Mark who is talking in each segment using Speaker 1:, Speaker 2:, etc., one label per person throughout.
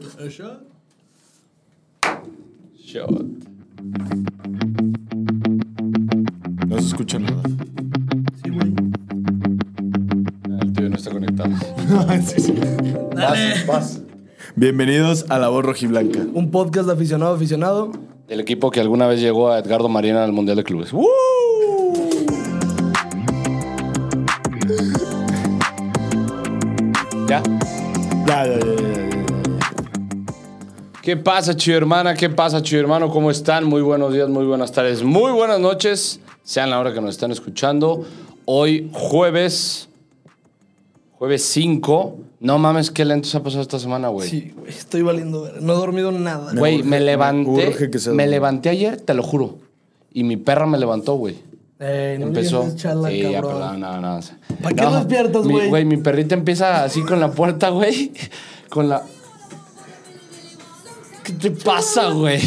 Speaker 1: ¿A shot?
Speaker 2: Shot.
Speaker 3: No se escucha nada.
Speaker 1: Sí, güey.
Speaker 2: El tuyo no está conectado.
Speaker 3: Sí, sí.
Speaker 1: Dale.
Speaker 2: Vas, vas.
Speaker 3: Bienvenidos a La Voz Rojiblanca.
Speaker 1: Un podcast de aficionado a aficionado.
Speaker 2: El equipo que alguna vez llegó a Edgardo Marina al Mundial de Clubes. ¡Uh! ¿Ya?
Speaker 3: Ya, ya, ya, ya, ya.
Speaker 2: ¿Qué pasa, chido hermana? ¿Qué pasa, chido hermano? ¿Cómo están? Muy buenos días, muy buenas tardes, muy buenas noches. Sean la hora que nos están escuchando. Hoy jueves, jueves 5. No mames, qué lento se ha pasado esta semana, güey.
Speaker 1: Sí, güey. Estoy valiendo ver. No he dormido nada.
Speaker 3: Me
Speaker 2: Güey,
Speaker 3: urge-
Speaker 2: me
Speaker 3: me
Speaker 2: levanté.
Speaker 3: urge que se
Speaker 2: Me,
Speaker 3: duerma.
Speaker 2: levanté ayer, te lo juro. Y mi perra me levantó, güey.
Speaker 1: Eh, no
Speaker 2: Empezó.
Speaker 1: empezó. Charla,
Speaker 2: Sí, ya, pero no,
Speaker 1: cabrón.
Speaker 2: no, no.
Speaker 1: ¿Para qué
Speaker 2: No,
Speaker 1: lo despiertas,
Speaker 2: mi-
Speaker 1: güey?
Speaker 2: Güey, mi perrita empieza así con la puerta, güey. Con la. ¿Qué te pasa, güey?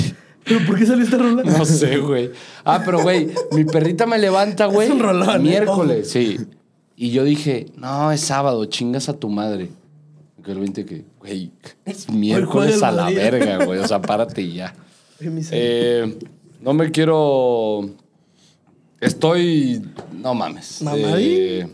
Speaker 1: ¿Pero por qué salió esta rola?
Speaker 2: No sé, güey. Ah, pero, güey, mi perrita me levanta, güey.
Speaker 1: un rolón, ¿eh?
Speaker 2: Miércoles, sí. Y yo dije, no, es sábado, chingas a tu madre. Y que el 20 que, güey, es miércoles
Speaker 1: juega
Speaker 2: a
Speaker 1: el
Speaker 2: la
Speaker 1: Madrid.
Speaker 2: verga, güey. O sea, párate y ya.
Speaker 1: Ay, mi señor.
Speaker 2: Eh, no me quiero. Estoy. No mames.
Speaker 1: ¿Mamadín?
Speaker 2: Eh,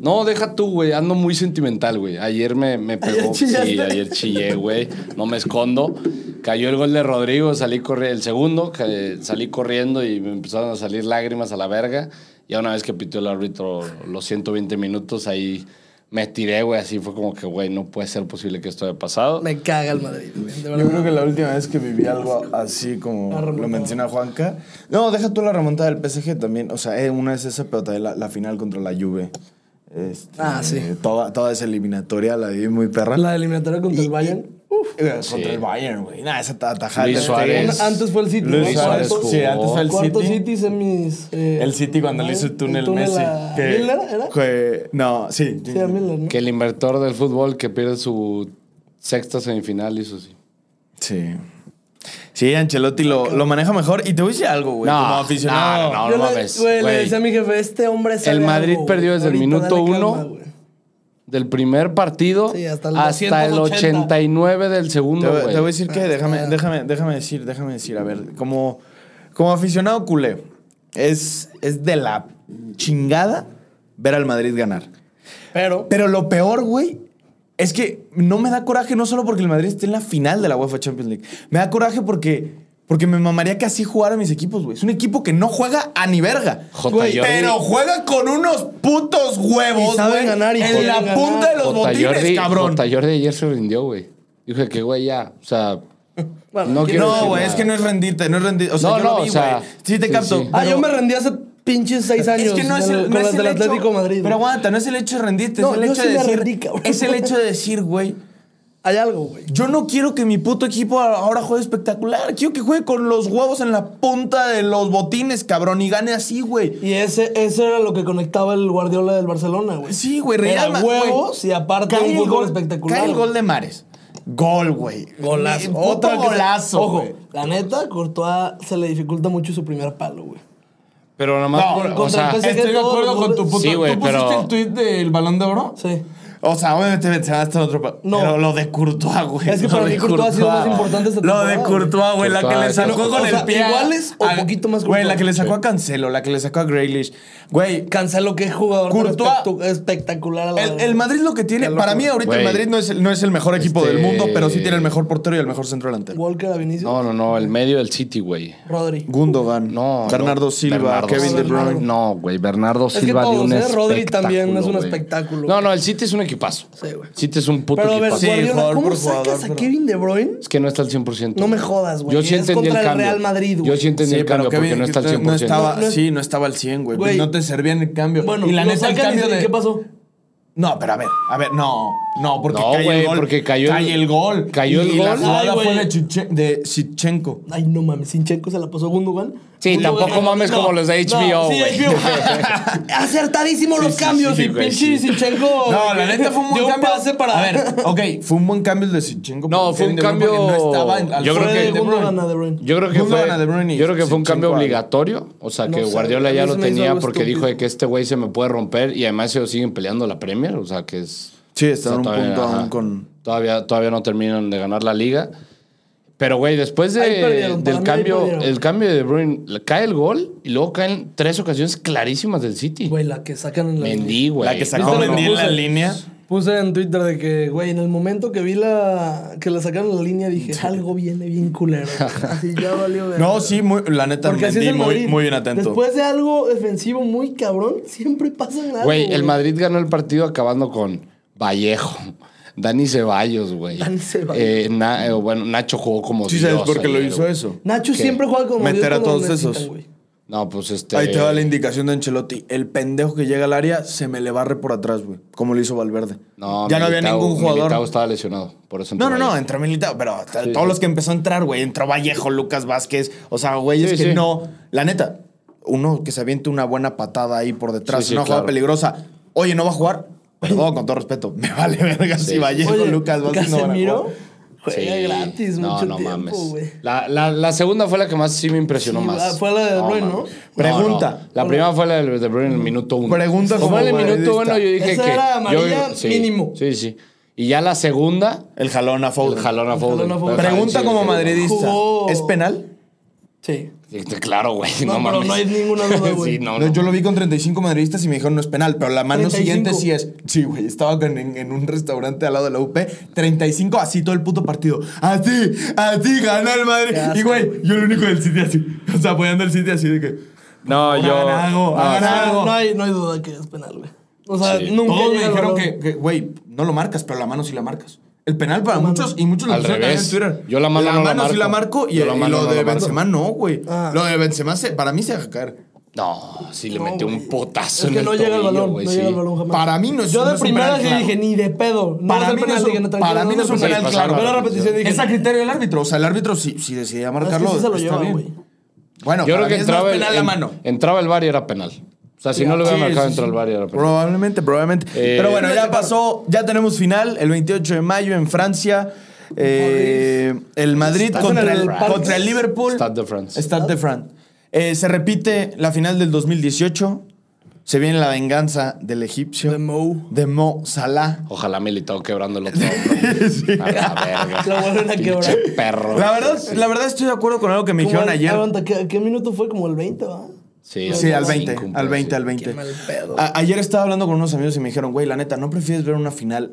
Speaker 2: no, deja tú, güey. Ando muy sentimental, güey. Ayer me, me pegó.
Speaker 1: ¿Ayer
Speaker 2: sí,
Speaker 1: chillaste?
Speaker 2: ayer chillé, güey. No me escondo. Cayó el gol de Rodrigo, salí corriendo. El segundo, que salí corriendo y me empezaron a salir lágrimas a la verga. Ya una vez que pitió el árbitro los 120 minutos, ahí me tiré, güey. Así fue como que, güey, no puede ser posible que esto haya pasado.
Speaker 1: Me caga el Madrid, güey. De
Speaker 3: Yo
Speaker 1: verdad.
Speaker 3: creo que la última vez que viví algo así como
Speaker 1: La remontada.
Speaker 3: lo menciona Juanca. No, deja tú la remontada del PSG también. O sea, eh, una es esa, pero también la, la final contra la Juve. Este,
Speaker 1: Ah, sí.
Speaker 3: Toda, toda esa eliminatoria la viví muy perra.
Speaker 1: La eliminatoria contra el Bayern. Uf.
Speaker 3: Eh, Contra el Bayern, güey. Nah, esa Este, atajada.
Speaker 2: Luis
Speaker 3: de Ter
Speaker 2: Suárez.
Speaker 3: Stegen.
Speaker 1: Una- antes fue el City.
Speaker 3: Luis
Speaker 1: ¿no?
Speaker 3: Suárez
Speaker 1: Cuarto-
Speaker 3: jugó. Sí, antes fue el
Speaker 1: Cuarto
Speaker 3: City.
Speaker 1: City semis. eh,
Speaker 3: El City cuando le hizo el túnel, Messi.
Speaker 1: a
Speaker 3: que-
Speaker 1: Miller, ¿era?
Speaker 3: que- no, sí.
Speaker 1: Sí, a Miller, ¿no?
Speaker 2: Que el inventor del fútbol que pierde su sexta semifinal hizo así.
Speaker 3: Sí. Sí, Ancelotti lo, lo maneja mejor. Y te voy a decir algo, güey.
Speaker 2: No,
Speaker 3: como
Speaker 2: no,
Speaker 3: aficionado.
Speaker 2: no, no.
Speaker 1: Yo le,
Speaker 2: mames,
Speaker 1: güey, le
Speaker 2: güey.
Speaker 1: decía a mi jefe, este hombre sabe
Speaker 2: Madrid
Speaker 1: algo, güey.
Speaker 2: perdió desde el
Speaker 1: Ahorita
Speaker 2: minuto
Speaker 1: dale calma,
Speaker 2: uno.
Speaker 1: güey.
Speaker 2: Del primer partido
Speaker 1: Sí, hasta
Speaker 2: hasta,
Speaker 1: el
Speaker 2: el,
Speaker 1: 280.
Speaker 2: 89 del
Speaker 3: Te,
Speaker 2: segundo,
Speaker 3: voy- te voy a
Speaker 2: güey.
Speaker 3: decir que, déjame, déjame, déjame decir, déjame decir, a ver, como, como aficionado culé, es, es de la chingada ver al Madrid ganar.
Speaker 1: Pero,
Speaker 3: Pero lo peor, güey, es que no me da coraje no solo porque el Madrid esté en la final de la UEFA Champions League. Me da coraje porque, porque me mamaría que así jugara mis equipos, güey. Es un equipo que no juega a ni verga.
Speaker 2: Jota,
Speaker 3: Güey,
Speaker 2: Jordi.
Speaker 3: pero juega con unos putos huevos,
Speaker 1: Y saben
Speaker 3: güey,
Speaker 1: ganar y
Speaker 3: en
Speaker 1: pueden
Speaker 3: la
Speaker 1: ganar.
Speaker 3: punta de los
Speaker 2: Jota
Speaker 3: botines,
Speaker 2: Jordi-
Speaker 3: cabrón.
Speaker 2: Jota Jordi ayer se rindió, güey. Dijo que, güey, ya. O sea,
Speaker 1: bueno,
Speaker 2: No
Speaker 1: ¿quién es?
Speaker 2: quiero
Speaker 3: No,
Speaker 2: decir
Speaker 3: güey,
Speaker 2: nada.
Speaker 3: es que no es rendirte, no es rendirte. O sea,
Speaker 2: No,
Speaker 3: yo
Speaker 2: no,
Speaker 3: lo vi,
Speaker 2: o sea,
Speaker 3: güey. Sí, te
Speaker 2: sí,
Speaker 3: capto.
Speaker 2: sí.
Speaker 1: Ah,
Speaker 3: pero-
Speaker 1: yo me rendí hace pinches seis años.
Speaker 3: Es que no es
Speaker 1: con
Speaker 3: el, no
Speaker 1: con
Speaker 3: es
Speaker 1: las
Speaker 3: el
Speaker 1: del
Speaker 3: hecho-
Speaker 1: Atlético de Madrid.
Speaker 3: Pero
Speaker 1: güey.
Speaker 3: aguanta, no es el hecho de rendirte,
Speaker 1: No,
Speaker 3: es el
Speaker 1: yo
Speaker 3: hecho
Speaker 1: sí
Speaker 3: de
Speaker 1: me
Speaker 3: decir.
Speaker 1: rendí, cabrón.
Speaker 3: es el hecho de decir, güey.
Speaker 1: Hay algo, güey.
Speaker 3: Yo no quiero que mi puto equipo ahora juegue espectacular. Quiero que juegue con los huevos en la punta de los botines, cabrón, y gane así, güey.
Speaker 1: Y ese, eso era lo que conectaba el Guardiola del Barcelona, güey.
Speaker 3: Sí, güey,
Speaker 1: Era
Speaker 3: Real Ma-
Speaker 1: huevos
Speaker 3: güey.
Speaker 1: y aparte
Speaker 3: Cae
Speaker 1: un
Speaker 3: el
Speaker 1: fútbol
Speaker 3: gol-
Speaker 1: espectacular.
Speaker 3: Cae el
Speaker 1: güey.
Speaker 3: gol de Mares. Gol, güey.
Speaker 1: Golazo.
Speaker 3: Puto
Speaker 1: Otra que se-
Speaker 3: golazo.
Speaker 1: Ojo,
Speaker 3: güey.
Speaker 1: la neta, Courtois se le dificulta mucho su primer palo, güey.
Speaker 2: pero nada más.
Speaker 3: No,
Speaker 2: por- o
Speaker 1: contra
Speaker 2: sea,
Speaker 1: el PSG
Speaker 3: Estoy de
Speaker 1: todos
Speaker 3: acuerdo
Speaker 1: los
Speaker 3: con tu
Speaker 1: goles-
Speaker 3: puto.
Speaker 2: Sí, güey,
Speaker 3: ¿Tú pusiste
Speaker 2: pero-
Speaker 3: el tuit del balón de oro?
Speaker 1: Sí.
Speaker 3: O sea, obviamente se va a estar otro. pa-
Speaker 1: No.
Speaker 3: Pero lo de Courtois, güey.
Speaker 1: Es que
Speaker 3: lo
Speaker 1: para
Speaker 3: de
Speaker 1: mí Courtois ha sido más importante esta
Speaker 3: Lo
Speaker 1: temporada,
Speaker 3: de
Speaker 1: güey.
Speaker 3: Courtois, güey, la que
Speaker 2: Courtois,
Speaker 3: le sacó
Speaker 2: Courtois.
Speaker 3: con
Speaker 2: O
Speaker 3: el
Speaker 1: sea,
Speaker 3: pie. a-
Speaker 1: iguales o
Speaker 3: a-
Speaker 1: poquito más
Speaker 3: Güey, la
Speaker 1: Courtois.
Speaker 3: que le sacó a Cancelo, la que le sacó a Grealish. Güey,
Speaker 1: Cancelo, qué jugador tan
Speaker 3: Courtois-
Speaker 1: espectu- espectacular a la
Speaker 3: el,
Speaker 1: verga.
Speaker 3: el Madrid lo que tiene.
Speaker 1: Qué
Speaker 3: Para
Speaker 1: loco.
Speaker 3: mí, ahorita el
Speaker 2: Güey.
Speaker 3: Madrid no es, el- no es el mejor equipo
Speaker 2: Este-
Speaker 3: del mundo, pero sí tiene el mejor portero y el mejor centro delantero.
Speaker 1: Walker a Vinicius.
Speaker 2: no, no, no. El medio del City, güey.
Speaker 1: Rodri.
Speaker 3: Gundogan,
Speaker 2: No.
Speaker 3: Bernardo
Speaker 2: no,
Speaker 3: Silva,
Speaker 2: Bernardo
Speaker 3: Kevin De
Speaker 2: Silva.
Speaker 3: Bruyne.
Speaker 2: No, güey. Bernardo
Speaker 1: que
Speaker 2: Silva
Speaker 1: todos,
Speaker 2: de un
Speaker 1: ¿eh? Rodri también
Speaker 2: espectáculo,
Speaker 1: es un
Speaker 2: güey.
Speaker 1: espectáculo,
Speaker 2: No,
Speaker 1: güey.
Speaker 2: no, el City es un equipazo.
Speaker 1: Sí, güey.
Speaker 2: City es un puto
Speaker 1: Pero a ver,
Speaker 2: equipazo.
Speaker 3: Sí,
Speaker 1: Guardiola,
Speaker 3: jugador
Speaker 1: ¿cómo
Speaker 3: por jugador,
Speaker 1: sacas a
Speaker 3: pero-
Speaker 1: Kevin De Bruyne?
Speaker 2: Es que no está al 100%.
Speaker 1: No me jodas, güey.
Speaker 2: Yo sí
Speaker 1: Es
Speaker 2: entendí el
Speaker 1: contra el
Speaker 2: cambio.
Speaker 1: Real Madrid, güey.
Speaker 2: Yo sí entendí
Speaker 3: Sí,
Speaker 2: el cambio
Speaker 3: pero
Speaker 2: porque
Speaker 3: Kevin
Speaker 2: no está al 100%.
Speaker 3: no estaba,
Speaker 1: No, no es-
Speaker 3: sí, no estaba al 100, güey.
Speaker 1: Güey.
Speaker 3: No te servía en el cambio.
Speaker 1: Bueno,
Speaker 3: y la
Speaker 1: lo
Speaker 3: neta, el
Speaker 1: sacan
Speaker 3: cambio
Speaker 1: y
Speaker 3: de...
Speaker 1: ¿qué pasó?
Speaker 3: No, pero a ver, a ver, no, no, porque
Speaker 2: No,
Speaker 3: cayó
Speaker 2: güey,
Speaker 3: el gol.
Speaker 2: porque cayó el-
Speaker 3: el gol.
Speaker 2: cayó el
Speaker 3: y la
Speaker 2: gol.
Speaker 3: jugada
Speaker 1: Ay,
Speaker 3: fue
Speaker 1: güey.
Speaker 3: de, Chiche- de Sitchenko.
Speaker 1: Ay, no mames, Sinchenko se la pasó a Gundogan.
Speaker 2: Sí,
Speaker 1: Gundogan-
Speaker 2: tampoco mames como los de HBO,
Speaker 1: sí,
Speaker 2: güey.
Speaker 1: HBO. Acertadísimos los
Speaker 2: sí,
Speaker 1: cambios
Speaker 2: sí,
Speaker 1: y
Speaker 2: güey,
Speaker 1: pinche
Speaker 2: sí.
Speaker 1: Sinchenko.
Speaker 3: No, la neta fue un buen
Speaker 1: dio
Speaker 3: cambio.
Speaker 1: pase para.
Speaker 3: A ver, ok, fue un buen cambio el de Sitchenko.
Speaker 2: No,
Speaker 3: porque
Speaker 2: fue un
Speaker 3: Kevin De Bruyne
Speaker 2: cambio-
Speaker 3: porque No estaba en- al
Speaker 2: yo creo
Speaker 1: Fue
Speaker 3: frente
Speaker 2: que-
Speaker 1: de
Speaker 3: de
Speaker 1: Gundogan a
Speaker 3: Bruyne.
Speaker 1: De Bruyne.
Speaker 2: Yo creo que
Speaker 3: Gundogan
Speaker 2: fue,
Speaker 3: a De Bruyne y
Speaker 2: yo creo que fue un cambio
Speaker 3: Zinchenko a-
Speaker 2: obligatorio. O sea,
Speaker 1: No
Speaker 2: que
Speaker 1: sé,
Speaker 2: Guardiola
Speaker 1: a
Speaker 2: ya
Speaker 1: mí
Speaker 2: lo
Speaker 1: se me hizo
Speaker 2: tenía
Speaker 1: algo
Speaker 2: porque
Speaker 1: estúpido.
Speaker 2: dijo de que este güey se me puede romper y además se lo siguen peleando la Premier. O sea, que es.
Speaker 3: Sí, está en un
Speaker 2: todavía,
Speaker 3: punto
Speaker 2: ajá.
Speaker 3: aún con.
Speaker 2: Todavía, todavía no terminan de ganar la liga. Pero, güey, después de-
Speaker 1: Ahí perdieron, para
Speaker 2: del
Speaker 1: mí ahí
Speaker 2: cambio,
Speaker 1: perdieron.
Speaker 2: el cambio de Bruin, cae el gol y luego caen tres ocasiones clarísimas del City.
Speaker 1: Güey, la que sacan en la.
Speaker 2: Mendy, güey.
Speaker 3: La que sacó
Speaker 1: ¿Viste lo que
Speaker 3: Mendy en la
Speaker 1: puse?
Speaker 3: línea.
Speaker 1: Puse en Twitter de que, güey, en el momento que vi la. que la sacaron en la línea, dije, algo viene bien culero. Así ya valió de.
Speaker 3: No, sí, muy- la neta,
Speaker 1: Porque así es
Speaker 3: Mendy
Speaker 1: el
Speaker 3: muy,
Speaker 1: Madrid.
Speaker 3: muy bien atento.
Speaker 1: Después de algo defensivo muy cabrón, siempre pasa algo.
Speaker 2: Güey, el Madrid ganó el partido acabando con Vallejo. Dani Ceballos, güey.
Speaker 1: Dani Ceballos.
Speaker 2: Eh, na- eh, bueno, Nacho jugó como
Speaker 3: sí,
Speaker 2: Dios
Speaker 3: ¿sabes por qué lo
Speaker 2: ayer,
Speaker 3: hizo
Speaker 2: güey.
Speaker 3: eso?
Speaker 1: Nacho
Speaker 2: ¿Qué?
Speaker 1: siempre juega como
Speaker 3: Meter
Speaker 1: Dios
Speaker 3: a
Speaker 1: cuando
Speaker 3: todos
Speaker 1: lo necesitan,
Speaker 3: esos.
Speaker 1: güey.
Speaker 2: No, pues este...
Speaker 3: Ahí te va la indicación de Ancelotti. El pendejo que llega al área se me le barre por atrás, güey. Como lo hizo Valverde.
Speaker 2: No,
Speaker 3: ya no había
Speaker 2: Militao-
Speaker 3: ningún jugador.
Speaker 2: Militao estaba lesionado, por eso entró
Speaker 3: No, no, no,
Speaker 2: Vallejo.
Speaker 3: entró Militao, pero hasta
Speaker 2: Sí,
Speaker 3: todos
Speaker 2: sí.
Speaker 3: los que empezó a entrar, güey, entró Vallejo, Lucas Vázquez, o sea, güey, es
Speaker 2: Sí,
Speaker 3: que
Speaker 2: sí.
Speaker 3: no, la neta, uno que se aviente una buena patada ahí por detrás,
Speaker 2: Sí, sí,
Speaker 3: una jugada
Speaker 2: claro.
Speaker 3: peligrosa, oye, no va a jugar, perdón, con todo respeto, me vale verga si Vallejo,
Speaker 1: Oye,
Speaker 3: Lucas Vázquez no van a
Speaker 1: Casemiro
Speaker 3: jugar.
Speaker 1: juega
Speaker 2: Sí.
Speaker 1: gratis
Speaker 2: No,
Speaker 1: mucho
Speaker 2: no mames.
Speaker 1: tiempo, güey.
Speaker 2: La, la- la segunda fue la que más sí me impresionó
Speaker 1: Sí, ah,
Speaker 2: más.
Speaker 1: fue la de De Bruyne, ¿no?
Speaker 2: mames.
Speaker 3: Pregunta.
Speaker 2: La primera fue la de De Bruyne en el minuto uno.
Speaker 3: Pregunta
Speaker 2: Como
Speaker 3: como
Speaker 2: en el minuto
Speaker 3: madridista.
Speaker 2: uno yo dije
Speaker 1: Esa
Speaker 2: que...
Speaker 1: era amarilla
Speaker 2: yo- sí,
Speaker 1: mínimo.
Speaker 2: Sí, sí. Y ya la segunda,
Speaker 3: El jalón a
Speaker 2: el
Speaker 3: Foden.
Speaker 2: jalón a Foden.
Speaker 1: jalón a Foden.
Speaker 3: Pregunta
Speaker 2: Sí,
Speaker 3: como
Speaker 2: sí,
Speaker 3: madridista,
Speaker 1: Jugó-
Speaker 3: ¿es penal?
Speaker 1: Sí.
Speaker 2: sí, sí, Claro, güey.
Speaker 1: No,
Speaker 2: No,
Speaker 1: pero
Speaker 2: mames.
Speaker 1: no hay ninguna duda, güey.
Speaker 2: sí, no,
Speaker 3: No,
Speaker 2: no.
Speaker 3: Yo lo vi con 35 madridistas y me dijeron no es penal, pero la mano
Speaker 1: 35.
Speaker 3: siguiente sí es. Sí, güey, estaba con- en, en un restaurante al lado de la UP, 35 así todo el puto partido. Así, así ganó el Madrid.
Speaker 1: Qué asco,
Speaker 3: y güey, yo el único del City así, o sea, apoyando el City así de que
Speaker 2: No, yo...
Speaker 3: Hagan algo,
Speaker 2: no,
Speaker 3: hagan
Speaker 2: sí.
Speaker 1: Ah,
Speaker 3: algo.
Speaker 1: No hay, no hay duda que es penal, güey. O sea,
Speaker 2: Sí.
Speaker 1: nunca
Speaker 3: todos me
Speaker 1: llega el
Speaker 3: dijeron
Speaker 1: balón.
Speaker 3: que, que, güey, no lo marcas, pero la mano sí la marcas. El penal para
Speaker 1: mano.
Speaker 3: muchos y muchos lo
Speaker 2: Al
Speaker 3: pusieron también
Speaker 2: revés.
Speaker 3: en Twitter.
Speaker 2: Yo la mano no la
Speaker 3: sí
Speaker 2: marco.
Speaker 3: la marco y,
Speaker 2: Yo la
Speaker 3: y
Speaker 2: mano
Speaker 3: lo
Speaker 2: no
Speaker 3: de
Speaker 2: la marco.
Speaker 3: Benzema no, güey.
Speaker 1: Ah.
Speaker 3: Lo de Benzema se- para mí se deja caer.
Speaker 2: No, sí le
Speaker 1: No,
Speaker 2: metió
Speaker 1: güey.
Speaker 2: un potazo
Speaker 1: Es que
Speaker 2: en el
Speaker 1: no llega el
Speaker 2: tobillo,
Speaker 1: balón,
Speaker 2: güey,
Speaker 1: no llega
Speaker 2: sí.
Speaker 1: el balón jamás.
Speaker 3: Para mí no es-
Speaker 1: Yo
Speaker 3: no
Speaker 1: de
Speaker 3: es un
Speaker 1: primera
Speaker 3: penal
Speaker 1: sí
Speaker 3: claro.
Speaker 1: dije, ni de pedo. No
Speaker 3: para
Speaker 1: es
Speaker 3: mí,
Speaker 1: penal,
Speaker 3: no es
Speaker 1: dije,
Speaker 3: un,
Speaker 1: no,
Speaker 3: para
Speaker 1: tranquilo,
Speaker 3: mí no es un
Speaker 1: no,
Speaker 3: penal
Speaker 2: sí,
Speaker 3: claro.
Speaker 2: pasaron
Speaker 1: Pero la repetición dije,
Speaker 3: Es a criterio del árbitro. O sea, el árbitro si, si decidía
Speaker 1: "No, es que
Speaker 3: marcarlo.
Speaker 1: sí se lo
Speaker 3: está
Speaker 1: lleva,
Speaker 3: bien.
Speaker 1: güey.
Speaker 3: Bueno,
Speaker 2: Yo
Speaker 3: para
Speaker 2: creo que
Speaker 3: mí es más
Speaker 2: entraba el,
Speaker 3: penal la
Speaker 2: en-
Speaker 3: mano.
Speaker 2: entraba el bar y era penal. O sea, si no lo hubiera
Speaker 3: Sí,
Speaker 2: marcado,
Speaker 3: sí,
Speaker 2: entró
Speaker 3: sí.
Speaker 2: el bar y era penal.
Speaker 3: Probablemente, probablemente.
Speaker 2: Eh,
Speaker 3: Pero bueno, ya pasó, ya tenemos final el 28 de mayo en Francia. Eh, el Madrid
Speaker 2: Stade
Speaker 3: contra
Speaker 1: de
Speaker 3: el,
Speaker 1: France.
Speaker 3: contra el Liverpool.
Speaker 2: Stade de France.
Speaker 3: Stade de France. Eh, se repite la final del 2018. Se viene la venganza del egipcio.
Speaker 1: De Mo.
Speaker 3: De Mo Salah.
Speaker 2: Ojalá Militao quebrando el otro hombro. A la verga.
Speaker 1: Lo vuelven a
Speaker 2: Pinche
Speaker 1: quebrar.
Speaker 2: perro.
Speaker 3: La verdad, la verdad estoy de acuerdo con algo que me
Speaker 1: Como
Speaker 3: dijeron
Speaker 1: al-
Speaker 3: ayer.
Speaker 1: aguanta, ¿qué, qué minuto fue? Como el 20, ¿va?
Speaker 2: Sí,
Speaker 3: Sí, al
Speaker 2: sí,
Speaker 3: 20,
Speaker 2: cumple,
Speaker 3: al 20,
Speaker 2: sí.
Speaker 3: al
Speaker 1: Qué
Speaker 3: 20.
Speaker 1: mal pedo.
Speaker 3: A- ayer estaba hablando con unos amigos y me dijeron, güey, la neta, ¿no prefieres ver una final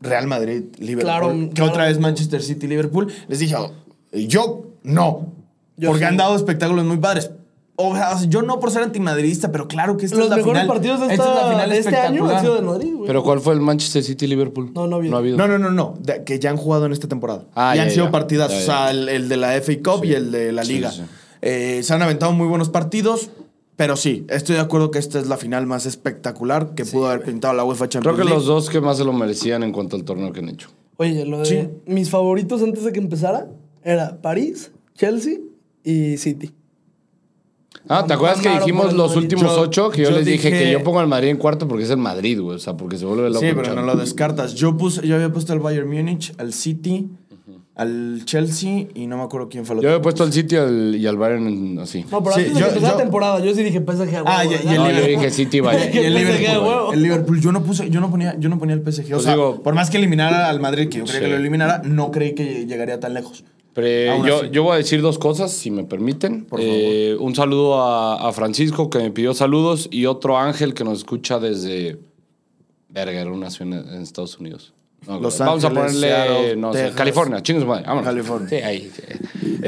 Speaker 3: Real Madrid, Liverpool?
Speaker 1: Claro,
Speaker 3: que
Speaker 1: claro.
Speaker 3: otra vez Manchester City, Liverpool. Les dije, "Oh, yo no.
Speaker 1: Yo
Speaker 3: porque
Speaker 1: sí.
Speaker 3: han dado espectáculos muy padres. O sea, yo no por ser antimadridista, pero claro que esta
Speaker 1: Los
Speaker 3: es la
Speaker 1: mejores
Speaker 3: final.
Speaker 1: partidos de,
Speaker 3: esta es la
Speaker 1: esta-
Speaker 3: final
Speaker 1: de este año han
Speaker 3: espectacular.
Speaker 1: sido de Madrid, güey.
Speaker 2: Pero ¿cuál fue el Manchester City-Liverpool?
Speaker 1: No, no ha habido.
Speaker 2: No ha habido.
Speaker 3: No, no, no, no. de- que ya han jugado en esta temporada.
Speaker 2: Ah,
Speaker 3: y
Speaker 2: ya,
Speaker 3: han
Speaker 2: ya.
Speaker 3: sido partidas.
Speaker 2: Ya,
Speaker 3: O
Speaker 2: ya.
Speaker 3: sea, el, el de la FA Cup y el de la
Speaker 2: Sí,
Speaker 3: Liga.
Speaker 2: sí, sí.
Speaker 3: Eh, se han aventado muy buenos partidos. Pero sí, estoy de acuerdo que esta es la final más espectacular que pudo haber pintado la
Speaker 2: Creo
Speaker 3: UEFA Champions
Speaker 2: que
Speaker 3: League.
Speaker 2: los dos que más se lo merecían en cuanto al torneo que han hecho.
Speaker 1: Oye, lo de
Speaker 3: Sí.
Speaker 1: mis favoritos antes de que empezara era París, Chelsea y City.
Speaker 2: Ah, ¿te acuerdas que
Speaker 1: Mamaron por
Speaker 2: dijimos
Speaker 1: el
Speaker 2: los
Speaker 1: Madrid.
Speaker 2: últimos
Speaker 3: Yo-
Speaker 2: ocho? Que yo,
Speaker 3: yo
Speaker 2: les dije,
Speaker 3: dije-
Speaker 2: que yo pongo al Madrid en cuarto porque es el Madrid, güey. O sea, porque se vuelve loco.
Speaker 3: Sí,
Speaker 2: el
Speaker 3: pero no
Speaker 2: Champions.
Speaker 3: lo descartas. Yo, puse, yo había puesto al Bayern Múnich, al City, al Chelsea y no me acuerdo quién fue el
Speaker 2: Yo
Speaker 3: otro.
Speaker 2: he puesto al City al- y al Bayern en- así.
Speaker 1: No, pero
Speaker 3: Sí,
Speaker 1: antes de
Speaker 3: yo-
Speaker 1: que empezara
Speaker 3: yo-
Speaker 1: la temporada, yo sí dije PSG a huevo.
Speaker 3: Ah, y- y
Speaker 1: ¿verdad?
Speaker 3: el
Speaker 2: No, yo
Speaker 3: Liverpool.
Speaker 2: dije City, Bayern.
Speaker 1: Y el
Speaker 3: El
Speaker 1: PSG,
Speaker 3: Liverpool,
Speaker 1: huevo.
Speaker 3: el Liverpool, yo no puse, yo no ponía, yo no ponía el PSG. O
Speaker 2: Pues
Speaker 3: sea,
Speaker 2: digo-
Speaker 3: por más que eliminara al Madrid, que yo creía
Speaker 2: Sí.
Speaker 3: que lo eliminara, no creí que llegaría tan lejos.
Speaker 2: Pero
Speaker 3: Aún
Speaker 2: yo,
Speaker 3: así.
Speaker 2: yo voy a decir dos cosas, si me permiten.
Speaker 3: Por favor.
Speaker 2: Eh, un saludo a, a Francisco, que me pidió saludos, y otro Ángel, que nos escucha desde... Verga, era una ciudad en Estados Unidos. No,
Speaker 3: Los
Speaker 2: vamos
Speaker 3: Ángeles,
Speaker 2: a ponerle,
Speaker 3: Seattle,
Speaker 2: no sé,
Speaker 3: Texas.
Speaker 2: California, chingos madre, vámonos.
Speaker 3: California.
Speaker 2: Sí, ahí. sí.
Speaker 3: Eh,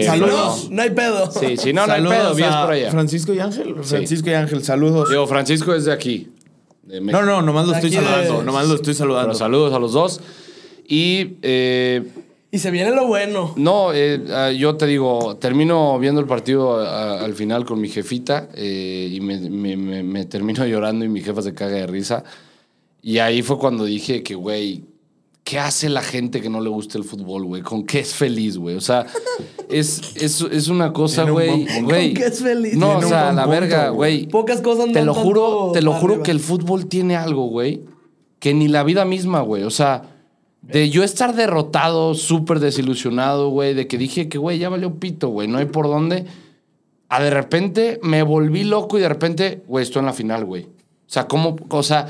Speaker 2: Este,
Speaker 3: saludos.
Speaker 1: No, no hay pedo.
Speaker 2: no. Sí, sí, no, no hay
Speaker 3: Saludos
Speaker 2: pedo, bien
Speaker 3: a
Speaker 2: por allá.
Speaker 3: Francisco y Ángel. Francisco y Ángel, saludos.
Speaker 2: Digo, Francisco es de aquí. de México.
Speaker 3: no, no, nomás lo
Speaker 1: De
Speaker 3: estoy
Speaker 1: aquí de-
Speaker 3: saludando. Nomás lo estoy saludando.
Speaker 2: Pero saludos a los dos. Y... eh,
Speaker 1: Y se viene lo bueno.
Speaker 2: No, eh, ah, yo te digo, termino viendo el partido a- a- al final con mi jefita eh, y me, me- me- me termino llorando y mi jefa se caga de risa. Y ahí fue cuando dije que, güey, ¿qué hace la gente que no le gusta el fútbol, güey? ¿Con qué es feliz, güey? O sea, es, es, es una cosa,
Speaker 3: Tiene un buen
Speaker 2: güey.
Speaker 3: punto.
Speaker 2: güey.
Speaker 1: ¿Con qué es feliz?
Speaker 2: No, o
Speaker 3: Tiene un
Speaker 2: sea,
Speaker 3: buen
Speaker 2: la
Speaker 3: punto,
Speaker 2: verga,
Speaker 3: güey.
Speaker 2: güey.
Speaker 1: Pocas cosas
Speaker 2: Te
Speaker 1: andan
Speaker 2: lo juro,
Speaker 1: tanto
Speaker 2: te lo juro
Speaker 1: arriba.
Speaker 2: que el fútbol tiene algo, güey, que ni la vida misma, güey. O sea, de yo estar derrotado, súper desilusionado, güey, de que dije que, güey, ya valió pito, güey, no hay por dónde. A de repente me volví loco y de repente, güey, estoy en la final, güey. O sea, ¿cómo? O sea,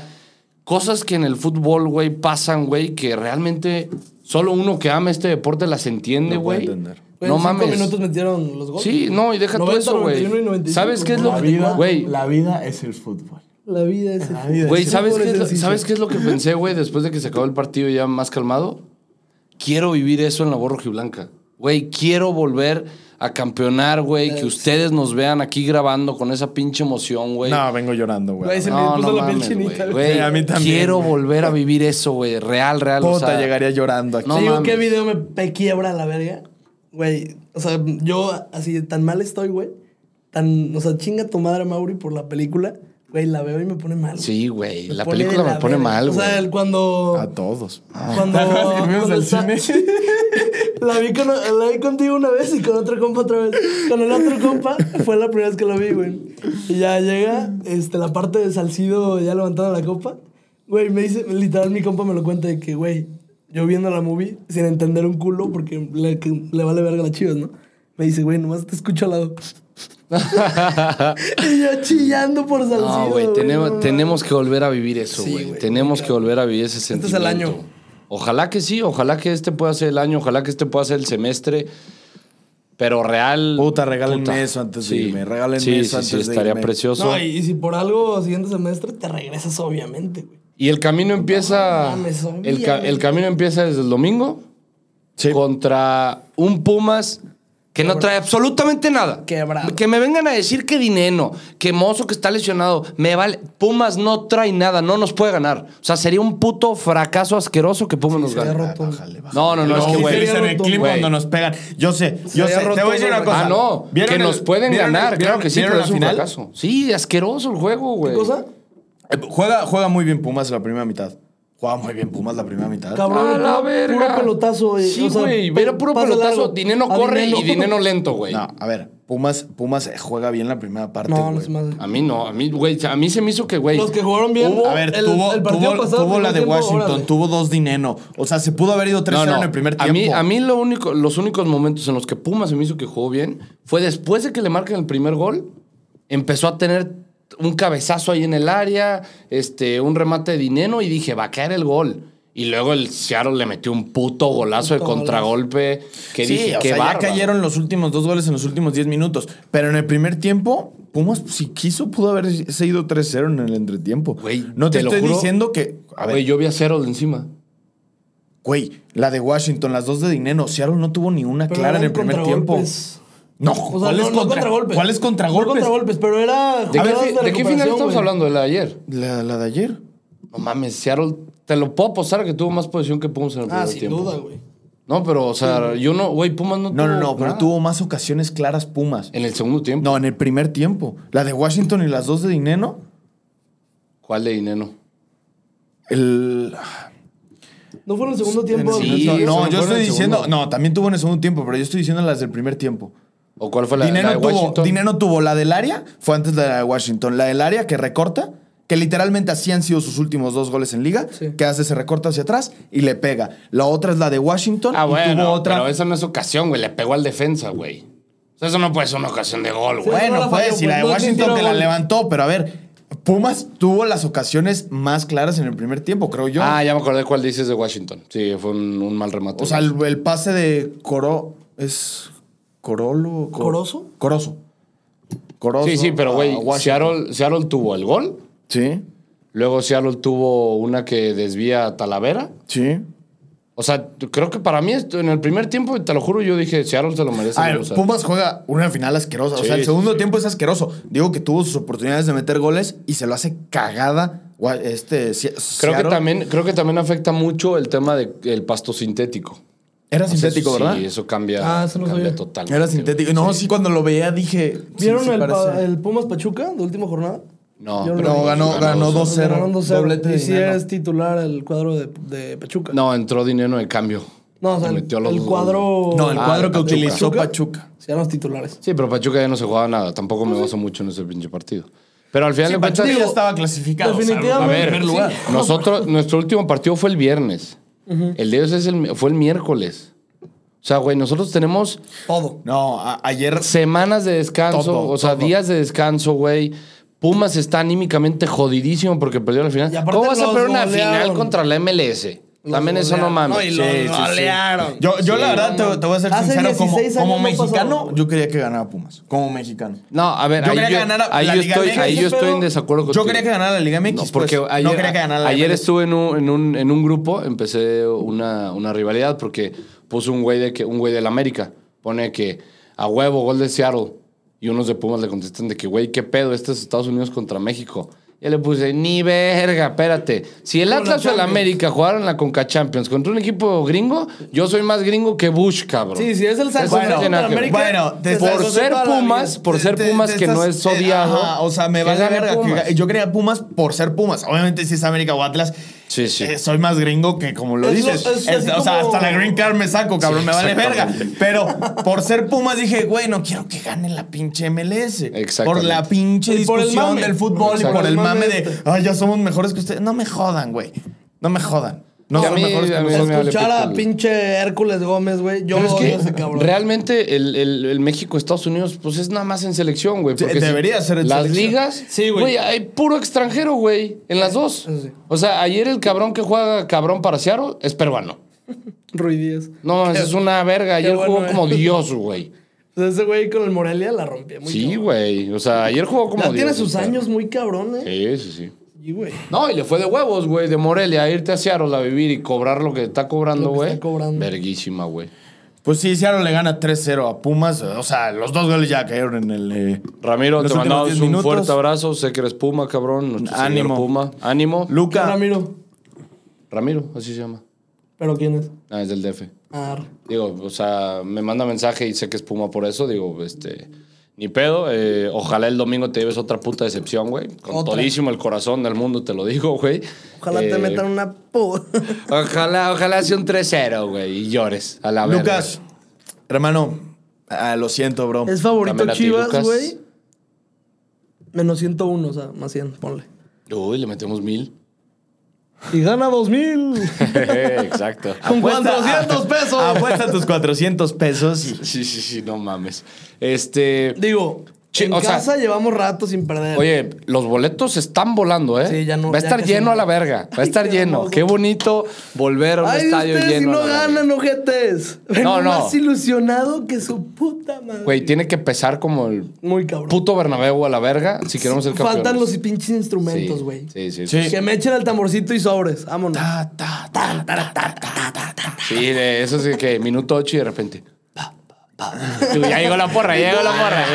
Speaker 2: cosas que en el fútbol, güey, pasan, güey, que realmente solo uno que ama este deporte las entiende,
Speaker 3: Lo puede
Speaker 2: güey.
Speaker 3: entender.
Speaker 2: No mames.
Speaker 1: minutos metieron los goles.
Speaker 2: Sí, no, y deja todo
Speaker 1: 90,
Speaker 2: eso, güey.
Speaker 1: 91 y 95,
Speaker 2: ¿Sabes qué es lo
Speaker 1: La
Speaker 2: que güey?
Speaker 4: la vida es el fútbol.
Speaker 1: La vida es.
Speaker 4: La vida
Speaker 2: Güey,
Speaker 1: es
Speaker 2: ¿sabes
Speaker 1: un
Speaker 2: qué, es lo,
Speaker 1: ejercicio.
Speaker 2: ¿sabes qué es lo que pensé, güey, después de que se acabó el partido ya más calmado? Quiero vivir eso en la voz rojiblanca. Güey, quiero volver a campeonar, güey, que ustedes nos vean aquí grabando con esa pinche emoción, güey.
Speaker 3: No, vengo llorando,
Speaker 1: Güey,
Speaker 3: güey.
Speaker 1: se me puso la piel
Speaker 2: mames,
Speaker 1: chinita,
Speaker 2: güey.
Speaker 1: güey.
Speaker 2: Güey,
Speaker 3: Sí, a mí también,
Speaker 2: Quiero
Speaker 3: güey.
Speaker 2: volver a vivir eso, güey. Real, real. o
Speaker 3: Puta,
Speaker 2: sea,
Speaker 3: llegaría llorando aquí.
Speaker 2: No
Speaker 1: Te digo, ¿qué
Speaker 2: mames.
Speaker 1: video me, pe- quiebra la verga? Güey, o sea, yo así tan mal estoy, güey. Tan, o sea, chinga tu madre, Mauri, por la película. Güey, la veo y me pone mal.
Speaker 2: Sí, güey.
Speaker 1: Me
Speaker 2: La
Speaker 1: pone de
Speaker 2: película me
Speaker 1: la
Speaker 2: pone
Speaker 1: verga.
Speaker 2: mal,
Speaker 1: O
Speaker 2: güey. Ah,
Speaker 1: sea, el cuando...
Speaker 3: A todos.
Speaker 1: Cuando,
Speaker 3: Que fuimos
Speaker 1: cuando
Speaker 3: al
Speaker 1: está-
Speaker 3: cine.
Speaker 1: La vi, con- la vi contigo una vez y con otro compa otra vez. Con el otro compa fue la primera vez que lo vi, güey. Y ya llega este, la parte de Salcido ya levantando la copa. Güey, me dice, literal, mi compa me lo cuenta de que, güey, yo viendo la movie sin entender un culo porque le, que le vale verga a las chivas, ¿no? Me dice, güey, nomás te escucho al lado. y yo chillando por Salcido.
Speaker 2: No, güey, tenemos, tenemos que volver a vivir eso,
Speaker 1: Sí,
Speaker 2: güey.
Speaker 1: güey, Este
Speaker 2: tenemos que volver a vivir ese
Speaker 1: es el
Speaker 2: sentimiento.
Speaker 1: año.
Speaker 2: Ojalá que sí, ojalá que este pueda ser el año, ojalá que este pueda ser el semestre. Pero real.
Speaker 3: Puta, regálenme eso antes de irme, regálenme
Speaker 2: Sí,
Speaker 3: eso
Speaker 2: sí,
Speaker 3: antes
Speaker 2: sí,
Speaker 3: de
Speaker 2: estaría
Speaker 3: irme.
Speaker 2: precioso.
Speaker 1: No,
Speaker 2: y...
Speaker 1: y, y si por algo siguiente semestre te regresas, obviamente, güey.
Speaker 2: el camino empieza.
Speaker 1: No mames,
Speaker 2: el, ca-
Speaker 1: obviamente.
Speaker 2: el camino empieza desde el domingo
Speaker 3: Sí.
Speaker 2: contra un Pumas que no trae absolutamente nada.
Speaker 1: Quebrado.
Speaker 2: Que me vengan a decir que Dineno, que Mozo que está lesionado, me vale. Pumas no trae nada, no nos puede ganar. O sea, sería un puto fracaso asqueroso que Pumas nos
Speaker 1: sería
Speaker 2: gane.
Speaker 1: roto.
Speaker 3: Bájale, bájale.
Speaker 2: No, no, no, es
Speaker 3: No,
Speaker 2: que,
Speaker 3: güey.
Speaker 2: güey. Ah,
Speaker 1: sería
Speaker 3: dicen en el
Speaker 1: roto,
Speaker 3: clip
Speaker 2: güey.
Speaker 3: cuando nos pegan. Yo sé, yo
Speaker 1: Sería
Speaker 3: sé. Te
Speaker 1: roto,
Speaker 3: voy a decir una
Speaker 1: güey.
Speaker 3: cosa.
Speaker 2: Ah, no,
Speaker 3: ¿Vieron
Speaker 2: que
Speaker 3: el-
Speaker 2: nos pueden
Speaker 3: vieron el-
Speaker 2: ganar, claro
Speaker 3: vieron-
Speaker 2: que sí,
Speaker 3: vieron
Speaker 2: pero
Speaker 3: la
Speaker 2: es un
Speaker 3: final?
Speaker 2: fracaso. Sí, asqueroso el juego, güey.
Speaker 1: ¿Qué cosa?
Speaker 3: Eh, Juega, juega muy bien Pumas la primera mitad. Juega muy bien Pumas la primera mitad.
Speaker 1: Cabrón,
Speaker 2: A la
Speaker 1: puro-
Speaker 2: verga.
Speaker 1: puro pelotazo. güey.
Speaker 2: Sí,
Speaker 1: O sea,
Speaker 2: güey,
Speaker 1: pe-
Speaker 2: era puro
Speaker 1: pásale
Speaker 2: pelotazo.
Speaker 1: algo.
Speaker 2: Dineno
Speaker 1: A
Speaker 2: corre y Dineno lento, güey.
Speaker 3: No, a ver, Pumas, Pumas juega bien la primera parte.
Speaker 1: No, no
Speaker 3: güey.
Speaker 1: se me hace.
Speaker 2: A mí no, a mí, güey, a mí se me hizo que, güey.
Speaker 1: Los que jugaron bien.
Speaker 2: Hubo-
Speaker 3: A ver,
Speaker 1: El-
Speaker 3: tuvo,
Speaker 1: el partido
Speaker 3: tuvo,
Speaker 1: pasado,
Speaker 3: tuvo la
Speaker 1: primer
Speaker 3: de
Speaker 1: tiempo,
Speaker 3: Washington,
Speaker 1: órale.
Speaker 3: tuvo dos dinero. O sea, se pudo haber ido 3-0 en el primer tiempo.
Speaker 2: A mí, a mí lo único, los únicos momentos en los que Pumas se me hizo que jugó bien fue después de que le marcan el primer gol, empezó a tener un cabezazo ahí en el área, este, un remate de dinero y dije, va a caer el gol. Y luego el Seattle le metió un puto golazo de
Speaker 1: Puto golazo.
Speaker 2: contragolpe que
Speaker 3: sí,
Speaker 2: dije,
Speaker 3: o
Speaker 2: qué
Speaker 3: sea, ya
Speaker 2: bárbaro".
Speaker 3: cayeron los últimos dos goles en los últimos 10 minutos. Pero en el primer tiempo, Pumas, si quiso, pudo haber ido 3-0 en el entretiempo.
Speaker 2: Güey,
Speaker 3: no te,
Speaker 2: te lo
Speaker 3: estoy
Speaker 2: juro.
Speaker 3: diciendo que. A
Speaker 2: Güey,
Speaker 3: ver,
Speaker 2: yo vi a Seattle encima.
Speaker 3: güey, la de Washington, las dos de dinero. Seattle no tuvo ni una
Speaker 1: Pero
Speaker 3: clara en
Speaker 1: eran
Speaker 3: el primer tiempo.
Speaker 1: contragolpes.
Speaker 3: No,
Speaker 1: O sea,
Speaker 3: ¿cuál
Speaker 1: no,
Speaker 3: es
Speaker 1: no contragolpes.
Speaker 3: ¿Cuál es
Speaker 1: No
Speaker 3: contragolpes?
Speaker 1: contragolpes, pero era.
Speaker 2: ¿De, qué,
Speaker 1: jugadas
Speaker 2: fi- de qué final
Speaker 1: recuperación,
Speaker 2: estamos
Speaker 1: güey.
Speaker 2: hablando? ¿De la de ayer?
Speaker 3: La, la de ayer.
Speaker 2: No mames, Seattle, te lo puedo apostar que tuvo más posición que Pumas en el
Speaker 1: Ah,
Speaker 2: primer
Speaker 1: sin
Speaker 2: tiempo.
Speaker 1: duda, güey.
Speaker 2: No, pero, o sea, yo no, güey, Pumas no
Speaker 3: No, no, no, pero
Speaker 2: nada.
Speaker 3: tuvo más ocasiones claras Pumas.
Speaker 2: En el segundo tiempo.
Speaker 3: No, en el primer tiempo. La de Washington y las dos de Dineno.
Speaker 2: ¿Cuál de dinero?
Speaker 3: El.
Speaker 1: No fue en el segundo tiempo.
Speaker 2: Sí,
Speaker 1: güey.
Speaker 2: eso
Speaker 3: no, no,
Speaker 2: fue
Speaker 3: yo
Speaker 2: en
Speaker 3: estoy
Speaker 2: el
Speaker 3: diciendo.
Speaker 2: segundo.
Speaker 3: No, también tuvo en el segundo tiempo, pero yo estoy diciendo las del primer tiempo.
Speaker 2: ¿O cuál fue la,
Speaker 3: Dineno,
Speaker 2: la de
Speaker 3: tuvo,
Speaker 2: Washington?
Speaker 3: Dineno tuvo la del área, fue antes de la de Washington. La del área que recorta, que literalmente así han sido sus últimos dos goles en liga,
Speaker 1: Sí.
Speaker 3: que hace, se recorta hacia atrás y le pega. La otra es la de Washington
Speaker 2: Ah,
Speaker 3: y
Speaker 2: bueno,
Speaker 3: tuvo otra.
Speaker 2: pero esa no es ocasión, güey. Le pegó al defensa, güey. O sea, eso no puede ser una ocasión de gol, güey.
Speaker 1: no
Speaker 3: Bueno,
Speaker 1: la
Speaker 3: pues,
Speaker 1: falló,
Speaker 3: y la de
Speaker 1: pues, no
Speaker 3: Washington
Speaker 1: tiro
Speaker 3: te la
Speaker 1: gol.
Speaker 3: levantó, pero a ver, Pumas tuvo las ocasiones más claras en el primer tiempo, creo yo.
Speaker 2: Ah, ya me acordé cuál dices de Washington. Sí, fue un, un mal remate.
Speaker 3: o sea, el, el pase de Coro es Corolo, Cor-
Speaker 1: ¿Corozo?
Speaker 3: Corozo. Corozo.
Speaker 2: sí, sí, pero,
Speaker 3: a
Speaker 2: güey,
Speaker 3: Washington.
Speaker 2: Seattle, Seattle tuvo el gol.
Speaker 3: Sí,
Speaker 2: Luego Seattle tuvo una que desvía a Talavera.
Speaker 3: sí.
Speaker 2: O sea, creo que para mí esto- en el primer tiempo, te lo juro, yo dije, Seattle se lo merece.
Speaker 3: A ver,
Speaker 2: o sea.
Speaker 3: Pumas juega una final asquerosa. o
Speaker 2: Sí,
Speaker 3: sea, el
Speaker 2: sí,
Speaker 3: segundo tiempo es asqueroso. Digo que tuvo sus oportunidades de meter goles y se lo hace cagada. gua- Este, Se-
Speaker 2: Creo que,
Speaker 3: Seattle.
Speaker 2: también, creo que también afecta mucho el tema del pasto sintético.
Speaker 3: Era sintético,
Speaker 2: Eso sí,
Speaker 3: ¿verdad?
Speaker 2: eso cambia,
Speaker 1: Ah, eso no
Speaker 2: cambia
Speaker 1: sabía.
Speaker 2: totalmente.
Speaker 3: Era sintético. No, sí. cuando lo veía dije. sí,
Speaker 1: ¿Vieron
Speaker 3: sí
Speaker 1: el, pa-
Speaker 3: parece.
Speaker 1: el Pumas Pachuca de última jornada?
Speaker 2: No,
Speaker 1: Yo no
Speaker 3: No,
Speaker 1: lo vi.
Speaker 3: ganó, ganó
Speaker 2: Ganó
Speaker 3: 2-0.
Speaker 1: Ganaron 2-0.
Speaker 3: Doblete de
Speaker 1: Y sí
Speaker 3: Dineno.
Speaker 1: es titular el cuadro de, de Pachuca.
Speaker 2: No, entró dinero de cambio.
Speaker 1: No, o sea,
Speaker 2: Y
Speaker 1: el,
Speaker 2: metió los
Speaker 1: el
Speaker 2: dos goles.
Speaker 1: cuadro.
Speaker 3: No, el
Speaker 2: Ah,
Speaker 3: cuadro
Speaker 2: de
Speaker 3: que
Speaker 2: Pachuca.
Speaker 3: utilizó Pachuca.
Speaker 1: Sí, eran los titulares.
Speaker 2: Sí, pero Pachuca ya no se jugaba nada. Tampoco
Speaker 1: Pues
Speaker 2: me baso mucho en ese pinche partido. Pero al final de cuentas.
Speaker 3: Pachuca ya
Speaker 2: digo,
Speaker 3: estaba clasificado. o sea,
Speaker 2: a
Speaker 1: definitivamente.
Speaker 2: ver,
Speaker 1: en primer lugar.
Speaker 2: sí, nosotros, nuestro último partido fue el viernes. El de ellos es el- fue el miércoles. O sea, güey, nosotros tenemos
Speaker 1: Todo.
Speaker 3: No, a- ayer
Speaker 2: semanas de descanso,
Speaker 3: Todo,
Speaker 2: o sea,
Speaker 3: todo.
Speaker 2: días de descanso, güey. Pumas está anímicamente jodidísimo porque perdió la
Speaker 1: Y
Speaker 2: final.
Speaker 1: aparte
Speaker 2: ¿Cómo vas a
Speaker 1: los
Speaker 2: perder una
Speaker 1: golearon.
Speaker 2: final contra la MLS?
Speaker 1: Los
Speaker 2: También eso no
Speaker 1: golearon.
Speaker 2: mames.
Speaker 1: No, y los
Speaker 3: Sí, sí, sí.
Speaker 1: golearon.
Speaker 3: Yo, yo
Speaker 2: Sí,
Speaker 3: la verdad,
Speaker 1: no,
Speaker 3: te, te voy a ser
Speaker 1: hace
Speaker 3: sincero, como,
Speaker 1: 16
Speaker 3: como
Speaker 1: años no pasó.
Speaker 3: mexicano, yo quería que ganara Pumas, como mexicano.
Speaker 2: No, a ver,
Speaker 3: Yo
Speaker 2: ahí,
Speaker 3: quería
Speaker 2: yo,
Speaker 3: ganar a-
Speaker 2: ahí
Speaker 3: la
Speaker 2: yo
Speaker 3: Liga
Speaker 2: estoy,
Speaker 3: MX,
Speaker 2: ahí yo estoy
Speaker 1: pero
Speaker 2: en desacuerdo contigo.
Speaker 3: Yo quería que ganara la Liga MX,
Speaker 2: No,
Speaker 1: pues.
Speaker 3: porque
Speaker 2: porque ayer,
Speaker 3: no quería que ganara la
Speaker 2: ayer
Speaker 3: MLS.
Speaker 2: estuve en un, en un- en un grupo, empecé una, una rivalidad porque puso un güey de que un güey del América. Pone que a huevo, gol de Seattle. Y unos de Pumas le contestan de que, güey, qué pedo, este es Estados Unidos contra México. Y le puse, ni verga, espérate. Si el
Speaker 1: Como la
Speaker 2: Atlas o el
Speaker 1: Champions.
Speaker 2: América jugaron la Conca Champions contra un equipo gringo, yo soy más gringo que Bush, cabrón.
Speaker 1: Sí, sí, es el San
Speaker 2: Eso no
Speaker 1: José
Speaker 3: Bueno,
Speaker 2: tiene
Speaker 1: contra
Speaker 2: nada que ver.
Speaker 1: América.
Speaker 3: Bueno, te-
Speaker 1: Te
Speaker 2: Por
Speaker 1: sacó de
Speaker 2: ser
Speaker 1: toda la
Speaker 2: Pumas,
Speaker 1: vida.
Speaker 2: por ser
Speaker 3: Te- te-
Speaker 2: Pumas
Speaker 3: te
Speaker 2: que no
Speaker 3: estás-
Speaker 2: es odiado,
Speaker 3: eh, ajá, o sea, me
Speaker 2: que
Speaker 3: vale
Speaker 2: gane
Speaker 3: verga. que
Speaker 2: Pumas.
Speaker 3: ga- yo quería Pumas por ser Pumas. Obviamente, si es América o Atlas,
Speaker 2: Sí, sí.
Speaker 3: eh, soy más gringo que como lo
Speaker 1: Es lo-
Speaker 3: dices.
Speaker 1: es
Speaker 3: Es-
Speaker 1: así
Speaker 3: o sea,
Speaker 1: como-
Speaker 3: hasta la green card me saco, cabrón,
Speaker 2: Sí,
Speaker 3: me vale verga.
Speaker 2: exactamente.
Speaker 3: Pero por ser Pumas dije, güey, no quiero que gane la pinche MLS. Por
Speaker 2: Exactamente.
Speaker 3: la pinche
Speaker 1: Y por el
Speaker 3: discusión
Speaker 1: mame.
Speaker 3: del fútbol y
Speaker 1: Exacto.
Speaker 3: por el mame de,
Speaker 1: Exactamente.
Speaker 3: ay, ya somos mejores que ustedes. No me jodan, güey. No me jodan. No
Speaker 2: Y a
Speaker 3: son
Speaker 2: mí-
Speaker 3: mejores que
Speaker 2: a mí-
Speaker 3: nosotros.
Speaker 2: me vale
Speaker 1: Escuchar a
Speaker 2: pito.
Speaker 1: pinche Hércules Gómez, güey. Yo
Speaker 2: Pero
Speaker 1: lo
Speaker 2: es
Speaker 1: odio a ese
Speaker 2: que
Speaker 1: cabrón.
Speaker 2: realmente el, el- el México-Estados Unidos, pues es nada más en selección, güey.
Speaker 3: Sí,
Speaker 2: porque
Speaker 3: debería ser en
Speaker 2: Las
Speaker 3: selección.
Speaker 2: ligas,
Speaker 1: Sí, güey.
Speaker 2: güey. Hay puro extranjero, güey, en las dos.
Speaker 1: eso sí.
Speaker 2: O sea, ayer el cabrón que juega cabrón para Seattle es peruano.
Speaker 1: Rui Díaz.
Speaker 2: No, es una verga. Ayer
Speaker 1: bueno,
Speaker 2: jugó
Speaker 1: eh.
Speaker 2: como Dios, güey.
Speaker 1: Pues ese güey con el Morelia la rompía muy
Speaker 2: Sí,
Speaker 1: cabrón.
Speaker 2: güey. O sea, ayer jugó como
Speaker 1: Ya
Speaker 2: Dios.
Speaker 1: tiene sus
Speaker 2: o sea.
Speaker 1: años muy cabrón, eh.
Speaker 2: Sí, sí, sí.
Speaker 1: Sí, güey.
Speaker 2: No, y le fue de huevos, güey, de Morelia, a irte a Seattle a vivir y cobrar lo que está cobrando,
Speaker 1: Lo que
Speaker 2: güey.
Speaker 1: está cobrando.
Speaker 2: Verguísima, güey.
Speaker 3: Pues sí, Seattle le gana 3-0 a Pumas. O sea, los dos goles ya cayeron en el. eh,
Speaker 2: Ramiro,
Speaker 3: los
Speaker 2: te
Speaker 3: últimos
Speaker 2: mandamos
Speaker 3: 10
Speaker 2: un
Speaker 3: minutos.
Speaker 2: fuerte abrazo. Sé que eres Puma, cabrón. Nuestro Ánimo.
Speaker 3: Ánimo.
Speaker 2: Puma. Ánimo.
Speaker 1: Luca.
Speaker 3: Luca.
Speaker 1: Ramiro.
Speaker 2: Ramiro, así se llama.
Speaker 1: ¿Pero quién es?
Speaker 2: Ah, es del DF.
Speaker 1: Ah,
Speaker 2: Digo, o sea, me manda mensaje y sé que es Puma por eso. Digo, este, ni pedo. eh, ojalá el domingo te lleves otra puta decepción, güey. Con
Speaker 1: Otra.
Speaker 2: todísimo el corazón del mundo, te lo digo, güey.
Speaker 1: ojalá
Speaker 2: Eh,
Speaker 1: te metan una puta.
Speaker 2: Ojalá, ojalá sea un 3-0, güey, y llores a la verga.
Speaker 3: Lucas, hermano, ah, lo siento, bro.
Speaker 1: Es favorito
Speaker 2: También a ti,
Speaker 1: Chivas,
Speaker 2: Lucas.
Speaker 1: güey. Menos 101, o sea, más 100, ponle.
Speaker 2: Uy, le metemos mil.
Speaker 1: Y gana 2000.
Speaker 2: Exacto.
Speaker 1: Con 400 pesos.
Speaker 3: Apuesta tus 400 pesos. y-
Speaker 2: Sí, sí, sí, no mames. Este.
Speaker 1: Digo,
Speaker 2: Chi-
Speaker 1: en
Speaker 2: o sea-
Speaker 1: casa llevamos rato sin perder.
Speaker 2: Oye, los boletos están volando, ¿eh?
Speaker 1: Sí, ya no-
Speaker 2: Va a
Speaker 1: ya
Speaker 2: estar
Speaker 1: casi
Speaker 2: lleno
Speaker 1: no.
Speaker 2: a la verga. Va a
Speaker 1: Ay,
Speaker 2: estar
Speaker 1: qué
Speaker 2: lleno.
Speaker 1: hermoso.
Speaker 2: Qué bonito volver a un
Speaker 1: Ay,
Speaker 2: estadio
Speaker 1: ustedes si
Speaker 2: lleno. a
Speaker 1: no
Speaker 2: la verga.
Speaker 1: ganan, ojetes. Vengo
Speaker 2: No, no.
Speaker 1: más ilusionado que su puta madre.
Speaker 2: Güey, tiene que pesar como el
Speaker 1: Muy cabrón.
Speaker 2: puto Bernabéu a la verga si queremos ser campeones.
Speaker 1: Faltan los pinches
Speaker 2: Sí,
Speaker 1: instrumentos, güey.
Speaker 2: Sí, sí, sí.
Speaker 3: Sí.
Speaker 1: Que me echen el tamborcito y sobres. Vámonos.
Speaker 3: Ta, ta, ta, ta, ta, ta, ta, ta.
Speaker 2: Sí, de eso sí que minuto ocho y de repente. pa, pa, pa. Tú, ya llegó la porra, ya llegó la porra.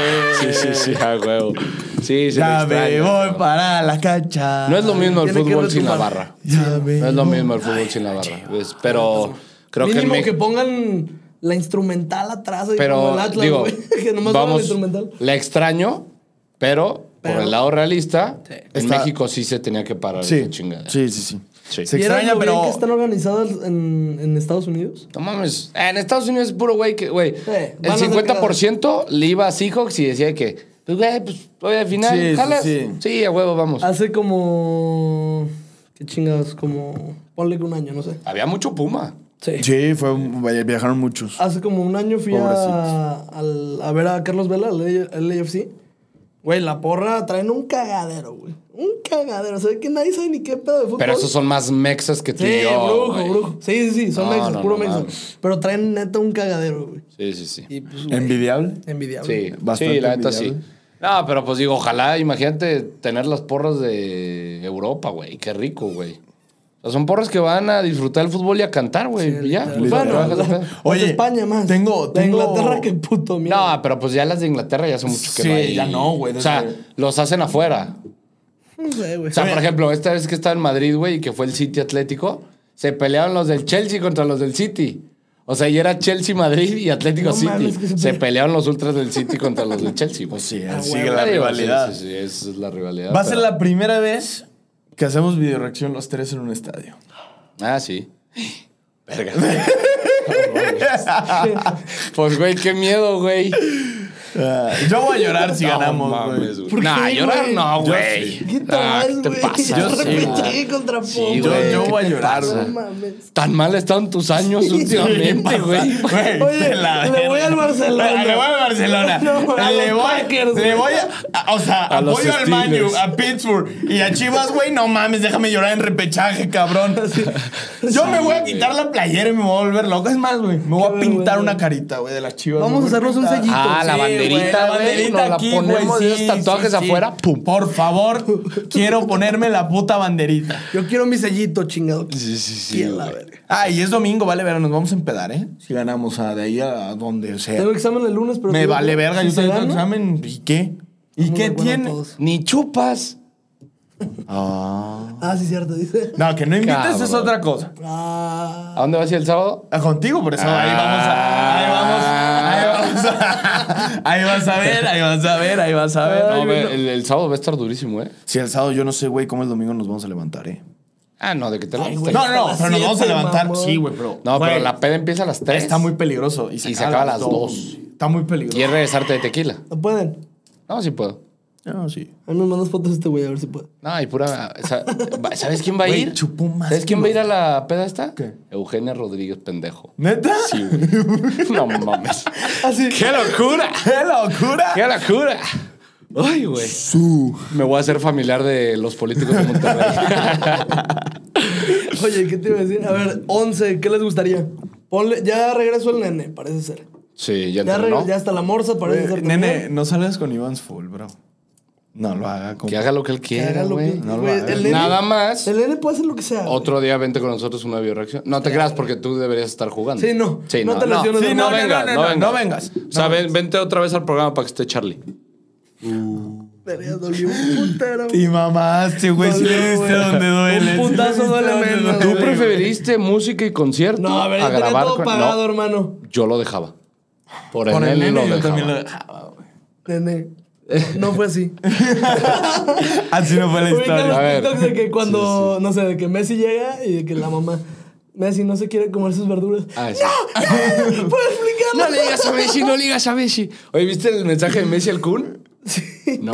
Speaker 2: Sí, sí, sí, a huevo. Sí, se le
Speaker 3: Ya
Speaker 2: extraña,
Speaker 3: me voy
Speaker 2: ¿no?
Speaker 3: para la cancha.
Speaker 2: No es lo mismo el
Speaker 1: Tiene que
Speaker 2: fútbol sin la
Speaker 1: retomar.
Speaker 2: barra.
Speaker 3: Ya me
Speaker 2: No es lo
Speaker 3: voy.
Speaker 2: mismo el fútbol sin la barra. Pues, Pero creo que, en
Speaker 1: Mínimo que,
Speaker 2: México-
Speaker 1: pongan la instrumental atrás. ahí como
Speaker 2: pero
Speaker 1: el Atlas,
Speaker 2: digo,
Speaker 1: güey, que nomás pongan la
Speaker 2: vamos,
Speaker 1: instrumental.
Speaker 2: la extraño, pero, por
Speaker 1: Pero-
Speaker 2: el lado realista,
Speaker 1: Sí.
Speaker 2: en
Speaker 3: Está-
Speaker 2: México sí se tenía que parar
Speaker 3: Sí,
Speaker 2: esa chingada.
Speaker 3: sí, sí, sí.
Speaker 2: Sí.
Speaker 3: Se
Speaker 1: ¿Vieron
Speaker 3: extraña,
Speaker 1: lo bien
Speaker 3: pero.
Speaker 1: que están organizadas en, en Estados Unidos?
Speaker 2: No mames, en Estados Unidos es puro güey que, güey,
Speaker 1: van a
Speaker 2: el
Speaker 1: ser
Speaker 2: 50% le iba a Seahawks y decía que, pues güey, pues hoy al final,
Speaker 3: Sí, sí,
Speaker 2: jalas.
Speaker 3: sí.
Speaker 2: Sí, a huevo, vamos.
Speaker 1: Hace como... ¿Qué chingados? Como... Ponle que un año, no sé.
Speaker 2: Había mucho puma.
Speaker 1: Sí.
Speaker 3: Sí, fue, un- viajaron muchos.
Speaker 2: Ah,
Speaker 1: Hace como un año fui a,
Speaker 3: Pobrecitos.
Speaker 1: al- a ver a Carlos Vela, al LA LAFC. Güey, la porra traen un cagadero, güey. Un cagadero. Se ve que nadie sabe ni qué pedo de fútbol.
Speaker 2: Pero esos son más mexas que tú
Speaker 1: Sí,
Speaker 2: y yo,
Speaker 1: brujo,
Speaker 2: güey.
Speaker 1: brujo. Sí, sí, sí, son
Speaker 2: No,
Speaker 1: mexas,
Speaker 2: no,
Speaker 1: puro
Speaker 2: no
Speaker 1: mexas.
Speaker 2: mames.
Speaker 1: Pero traen neta un cagadero, güey.
Speaker 2: Sí, sí, sí.
Speaker 1: Y pues, güey,
Speaker 3: ¿Envidiable?
Speaker 1: envidiable.
Speaker 2: Sí,
Speaker 3: Bastante
Speaker 2: sí, la neta sí.
Speaker 3: envidiable.
Speaker 2: No, pero pues digo, ojalá, imagínate tener las porras de Europa, güey. Qué rico, güey. O sea, son porras que van a disfrutar el fútbol y a cantar, güey. y ya. pues,
Speaker 1: literal.
Speaker 2: Bueno,
Speaker 1: Bueno,
Speaker 2: bajas de
Speaker 1: la-
Speaker 2: pedo.
Speaker 3: Oye,
Speaker 1: Oye, España más.
Speaker 3: tengo-
Speaker 1: La
Speaker 3: tengo-
Speaker 1: Inglaterra, qué puto mierda.
Speaker 2: no, pero pues ya las de Inglaterra ya son mucho que
Speaker 3: Sí,
Speaker 2: no hay-
Speaker 3: ya no, güey,
Speaker 2: O sea,
Speaker 3: desde-
Speaker 2: los hacen afuera.
Speaker 1: No, sé, güey.
Speaker 2: O sea, por ejemplo, esta vez que estaba en Madrid, güey, y que fue el City Atlético, se pelearon los del Chelsea contra los del City. O sea, y era Chelsea Madrid y Atlético
Speaker 1: No
Speaker 2: City.
Speaker 1: mames, que
Speaker 2: se,
Speaker 1: se
Speaker 2: pelearon los ultras del City contra los del Chelsea. güey.
Speaker 3: Pues sí,
Speaker 1: Ah,
Speaker 3: sigue
Speaker 1: huevo.
Speaker 3: la
Speaker 2: Sí,
Speaker 3: rivalidad.
Speaker 2: Sí, sí, sí, esa es la rivalidad.
Speaker 3: Va a ser
Speaker 2: pero-
Speaker 3: la primera vez que hacemos videoreacción los tres en un estadio.
Speaker 2: Ah, sí. Verga. pues, güey, qué miedo, güey.
Speaker 3: Ah, yo voy a llorar si ganamos, güey.
Speaker 2: güey.
Speaker 1: ¿Por
Speaker 2: Nah,
Speaker 1: qué,
Speaker 2: llorar
Speaker 1: güey?
Speaker 2: no,
Speaker 3: Yo
Speaker 2: güey.
Speaker 3: sí.
Speaker 1: ¿Qué
Speaker 2: Ah,
Speaker 1: tal,
Speaker 2: ¿qué
Speaker 1: güey?
Speaker 2: te pasa?
Speaker 1: Yo
Speaker 2: Sí,
Speaker 1: repetí
Speaker 2: güey.
Speaker 1: contra
Speaker 2: Sí,
Speaker 1: Pau,
Speaker 3: Yo,
Speaker 2: güey,
Speaker 3: yo
Speaker 2: ¿qué
Speaker 3: voy a
Speaker 2: te
Speaker 3: llorar,
Speaker 2: pasa?
Speaker 1: No
Speaker 3: güey.
Speaker 1: mames.
Speaker 2: Tan mal están tus años últimamente, güey.
Speaker 1: Oye, le voy al Barcelona.
Speaker 3: Le voy al Barcelona.
Speaker 1: No, a
Speaker 3: le
Speaker 1: los
Speaker 3: voy,
Speaker 1: Packers,
Speaker 3: le
Speaker 1: güey.
Speaker 3: voy a, a- O sea,
Speaker 2: A los
Speaker 3: apoyo al Manu,
Speaker 2: Steelers.
Speaker 3: a Pittsburgh y a Chivas, güey. No mames, déjame llorar en repechaje, cabrón. Yo me voy a quitar la playera y me voy a volver loco. Es más, güey, me voy a
Speaker 1: Qué
Speaker 3: pintar
Speaker 1: vergüenza.
Speaker 3: una carita, güey, de las Chivas.
Speaker 4: Vamos
Speaker 3: Me
Speaker 4: a hacernos un
Speaker 3: voy pintar-
Speaker 4: sellito.
Speaker 2: Ah, la
Speaker 3: Sí, güey,
Speaker 2: banderita, güey. Nos la
Speaker 3: aquí,
Speaker 2: ponemos
Speaker 3: güey,
Speaker 2: de
Speaker 3: sí,
Speaker 2: esos tatuajes
Speaker 3: sí, sí.
Speaker 2: afuera. Pum.
Speaker 3: Por favor, quiero ponerme la puta banderita.
Speaker 4: Yo quiero mi sellito, chingado.
Speaker 2: Sí, sí, sí.
Speaker 4: Quiero la
Speaker 2: güey.
Speaker 4: verga.
Speaker 3: Ah, y es domingo, vale, verga, nos vamos a empedar, ¿eh? Si ganamos a de ahí a donde sea.
Speaker 1: Tengo examen el lunes, pero.
Speaker 3: Me vale verga,
Speaker 1: si
Speaker 3: yo
Speaker 1: se
Speaker 3: tengo
Speaker 1: gana,
Speaker 3: examen. ¿Y qué? ¿Y
Speaker 4: Muy
Speaker 3: qué
Speaker 4: bueno
Speaker 3: tiene?
Speaker 4: todos.
Speaker 2: Ni chupas.
Speaker 3: Ah.
Speaker 1: Ah, sí, cierto, dice.
Speaker 3: No, que no invites
Speaker 2: Cabrón.
Speaker 3: es otra cosa.
Speaker 1: Ah.
Speaker 2: ¿A dónde vas a ir el sábado?
Speaker 3: Ah, Contigo, por eso ahí vamos a. Ahí vamos. Ahí
Speaker 1: Ah.
Speaker 3: vamos a. Ahí vas a ver, ahí vas a ver, ahí vas a ver.
Speaker 2: No, ve, el, el sábado va a estar durísimo, ¿eh?
Speaker 3: Si el sábado yo no sé, güey, cómo el domingo nos vamos a levantar, eh.
Speaker 2: Ah, no, de que te lo
Speaker 1: Ay,
Speaker 2: no,
Speaker 1: güey.
Speaker 3: No, no,
Speaker 1: Hasta
Speaker 3: pero nos
Speaker 1: Pues las
Speaker 3: vamos a
Speaker 1: siete,
Speaker 3: levantar.
Speaker 1: mamón.
Speaker 3: Sí, güey, pero.
Speaker 2: No, pero
Speaker 3: güey,
Speaker 2: la peda empieza a las 3.
Speaker 3: Está muy peligroso. Y se,
Speaker 2: Y se acaba a las dos.
Speaker 3: Está muy peligroso.
Speaker 2: Y es regresarte de tequila.
Speaker 1: No pueden.
Speaker 2: No, sí puedo.
Speaker 3: No, Ah, sí.
Speaker 1: A mí me mandas fotos de este güey, a ver si puede.
Speaker 2: No, y pura. esa- va- ¿Sabes quién va a
Speaker 3: Güey,
Speaker 2: ir?
Speaker 3: chupó más
Speaker 2: ¿Sabes
Speaker 3: que
Speaker 2: quién va a ir a
Speaker 3: los-
Speaker 2: la peda esta?
Speaker 3: ¿Qué?
Speaker 2: Eugenia Rodríguez, pendejo.
Speaker 3: ¿Neta?
Speaker 2: Sí, güey. No mames.
Speaker 1: Así.
Speaker 2: ¡Qué locura!
Speaker 3: ¡Qué locura!
Speaker 2: ¡Qué locura! Ay, güey. Me voy a hacer familiar de los políticos de Monterrey.
Speaker 1: Oye, ¿qué te iba a decir? A ver, 11, ¿qué les gustaría? Ponle, ya regresó el nene, parece ser.
Speaker 2: Sí, ya
Speaker 1: Ya,
Speaker 2: entrenó.
Speaker 1: regre- ya hasta la morsa parece ser.
Speaker 3: Güey, Nene, no salgas con Iván's Full, bro. No lo haga con.
Speaker 2: Que haga lo que él
Speaker 1: también. Que haga
Speaker 2: quiera,
Speaker 1: lo que-
Speaker 2: güey.
Speaker 3: no lo
Speaker 1: güey,
Speaker 3: hagas.
Speaker 1: el nene-
Speaker 2: Nada más.
Speaker 1: El nene puede hacer lo que sea. güey.
Speaker 2: Otro día vente con nosotros una bioreacción. No te creas porque tú deberías estar jugando.
Speaker 1: Sí, no. No te lesiones,
Speaker 2: sí,
Speaker 1: hermano. No,
Speaker 2: no, vengas,
Speaker 3: no,
Speaker 2: no,
Speaker 3: no, no,
Speaker 2: vengas.
Speaker 3: no vengas.
Speaker 2: O sea, ven- vente otra vez al programa para que esté Charlie.
Speaker 1: Verga, dolió un putero.
Speaker 3: Y mamaste, güey. Sí,
Speaker 1: Dolió,
Speaker 3: le diste
Speaker 1: güey.
Speaker 3: donde duele.
Speaker 1: Un putazo
Speaker 3: Sí le diste
Speaker 1: duele
Speaker 3: donde
Speaker 1: menos,
Speaker 3: duele,
Speaker 2: Tú
Speaker 3: güey.
Speaker 2: preferiste música y concierto
Speaker 1: No, a ver,
Speaker 2: a
Speaker 1: ya tenía
Speaker 2: grabar
Speaker 1: todo
Speaker 2: con-
Speaker 1: pagado,
Speaker 2: No,
Speaker 1: hermano.
Speaker 2: yo lo dejaba. Por,
Speaker 3: Con
Speaker 2: el
Speaker 3: el
Speaker 2: nene
Speaker 3: nene
Speaker 2: lo
Speaker 3: yo también lo
Speaker 2: dejaba.
Speaker 3: dejaba, güey.
Speaker 1: Nene. No, no fue así.
Speaker 3: Así no fue la
Speaker 1: Ubican
Speaker 3: historia.
Speaker 2: A ver.
Speaker 1: los TikToks de que cuando, no sé, de que Messi llega y de que la mamá, Messi no se quiere comer sus verduras.
Speaker 2: Ah, sí.
Speaker 1: ¡No! ¡No! ¡Puedo explicarlo!
Speaker 2: No le digas a Messi, no le digas a Messi. Oye, ¿viste el mensaje de Messi al Kun?
Speaker 1: Sí.
Speaker 2: No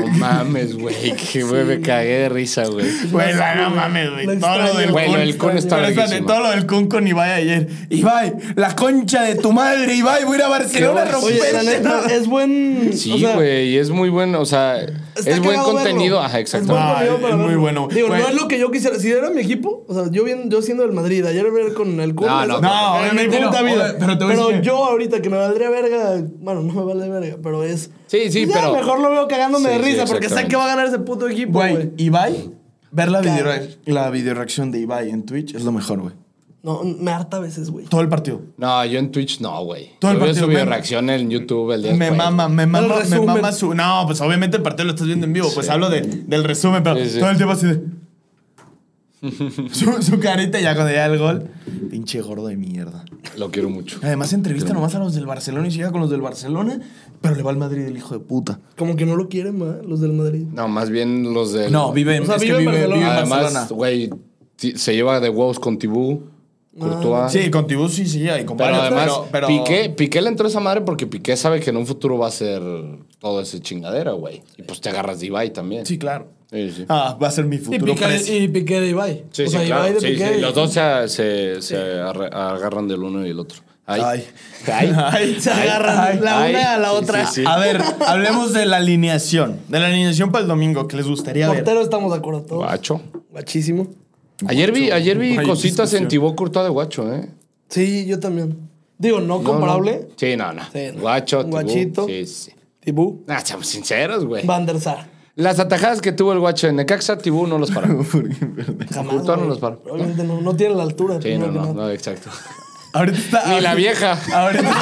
Speaker 2: mames, güey. Que güey, me cagué de risa, güey.
Speaker 3: Güey, la no mames,
Speaker 1: Lo
Speaker 3: güey. Todo lo del
Speaker 1: extraño.
Speaker 2: Güey, lo
Speaker 3: Kun.
Speaker 2: del Kun está
Speaker 3: Pero espérate,
Speaker 2: verguísima.
Speaker 3: Todo lo del Kun con Ibai ayer. Ibai, la concha de tu madre, Ibai. Voy a ir a Barcelona a
Speaker 2: Qué
Speaker 3: romper.
Speaker 1: Oye, la neta, es buen.
Speaker 2: Sí,
Speaker 1: o
Speaker 2: güey,
Speaker 1: sea,
Speaker 2: y es muy bueno, o sea, es buen
Speaker 1: cagado
Speaker 2: contenido.
Speaker 1: verlo.
Speaker 2: Ajá,
Speaker 1: Es buen
Speaker 2: exactamente.
Speaker 1: contenido
Speaker 3: Ah,
Speaker 1: para
Speaker 3: es muy
Speaker 1: verlo.
Speaker 3: bueno.
Speaker 1: Digo,
Speaker 3: Güey.
Speaker 1: no es lo que yo quisiera. Si era mi equipo, o sea, yo, bien, yo siendo del Madrid, ayer ver con el Kun.
Speaker 2: No,
Speaker 1: eso-
Speaker 2: no,
Speaker 3: no,
Speaker 1: en mi
Speaker 3: obviamente
Speaker 1: puta
Speaker 3: no.
Speaker 1: vida.
Speaker 3: Oye, pero te voy a decir que-
Speaker 1: yo ahorita que me valdría verga, bueno, no me vale verga, pero es.
Speaker 2: Sí, sí,
Speaker 1: Ya,
Speaker 2: pero-
Speaker 1: Mejor lo veo cagándome
Speaker 2: Sí,
Speaker 1: de
Speaker 2: sí,
Speaker 1: risa porque sé
Speaker 2: exactamente.
Speaker 1: que va a ganar ese puto equipo,
Speaker 3: Güey,
Speaker 1: güey.
Speaker 3: Ibai, ver la video,
Speaker 1: Claro.
Speaker 3: la videoreacción de Ibai en Twitch es lo mejor, güey.
Speaker 1: No, me harta a veces, güey.
Speaker 3: Todo el partido.
Speaker 2: No, yo en Twitch no, güey.
Speaker 3: Todo el
Speaker 2: Yo veo
Speaker 3: partido,
Speaker 2: su
Speaker 3: me-
Speaker 2: reacción en YouTube el día
Speaker 3: Me
Speaker 2: después.
Speaker 3: mama, me mama, me
Speaker 1: resumen.
Speaker 3: mama su. No, pues obviamente el partido lo estás viendo en vivo. Pues hablo de, del resumen, pero
Speaker 2: Sí, sí.
Speaker 3: todo el tiempo así de. su, su carita ya cuando llega el gol. Pinche gordo de mierda.
Speaker 2: Lo quiero mucho.
Speaker 3: Además, entrevista nomás a los del Barcelona y se llega con los del Barcelona, pero le va al Madrid el hijo de puta.
Speaker 1: Como que no lo quieren, ma, los del Madrid.
Speaker 2: No, más bien los de.
Speaker 3: No, vive en,
Speaker 1: O sea,
Speaker 3: es que
Speaker 1: vive en
Speaker 3: vive,
Speaker 1: Barcelona.
Speaker 3: vive en
Speaker 2: Además,
Speaker 3: Barcelona.
Speaker 2: güey, ti- se lleva de huevos con Tibú, Courtois.
Speaker 3: Ah, Sí, con Tibú sí, sí, y con
Speaker 2: Pero
Speaker 3: varios,
Speaker 2: además,
Speaker 3: pero- pero-
Speaker 2: Piqué, Piqué le entró esa madre porque Piqué sabe que en un futuro va a ser todo ese chingadera, güey. Y pues te agarras de Ibai también.
Speaker 3: Sí, claro.
Speaker 2: Sí, sí.
Speaker 3: Ah, pues va a ser mi futuro presi-
Speaker 1: y Piqué de Ibai.
Speaker 2: Sí,
Speaker 1: o
Speaker 2: sí,
Speaker 1: sea,
Speaker 2: claro.
Speaker 1: Ibai de
Speaker 2: Sí,
Speaker 1: Piqué.
Speaker 2: sí, Los dos se, se- se arre- agarran del uno y el otro. Ay.
Speaker 3: Ay.
Speaker 2: Ay.
Speaker 3: Ay,
Speaker 1: Se
Speaker 3: ay,
Speaker 1: agarran
Speaker 3: ay.
Speaker 1: la
Speaker 2: ay.
Speaker 1: una a la
Speaker 2: Sí,
Speaker 1: otra.
Speaker 2: sí, sí.
Speaker 3: A Ah. ver, hablemos de la alineación. De la alineación para el domingo, que les gustaría ver.
Speaker 1: Portero estamos de acuerdo todos.
Speaker 2: Guacho.
Speaker 1: Guachísimo.
Speaker 2: Ayer vi, ayer vi
Speaker 3: Hay
Speaker 2: cositas en
Speaker 3: discusión.
Speaker 2: Tibó Courtois de Guacho, ¿eh?
Speaker 1: Sí, yo también. Digo, no
Speaker 2: No, no.
Speaker 1: comparable.
Speaker 2: Sí, no, no.
Speaker 1: Sí, no.
Speaker 2: Guacho, Tibú.
Speaker 1: Guachito.
Speaker 2: Sí, sí.
Speaker 1: Tibú.
Speaker 2: Nah, seamos sinceros, güey.
Speaker 1: Van der Sar.
Speaker 2: Las atajadas que tuvo el guacho en Necaxa, Tibú no los paró.
Speaker 1: Jamás.
Speaker 2: Courtois no
Speaker 1: güey.
Speaker 2: los paró.
Speaker 1: Obviamente no, no tiene la altura.
Speaker 2: Sí, no,
Speaker 1: primero que
Speaker 2: no,
Speaker 1: nada.
Speaker 2: no, exacto.
Speaker 3: Ahorita está.
Speaker 2: Ni la vieja.
Speaker 3: Ahorita.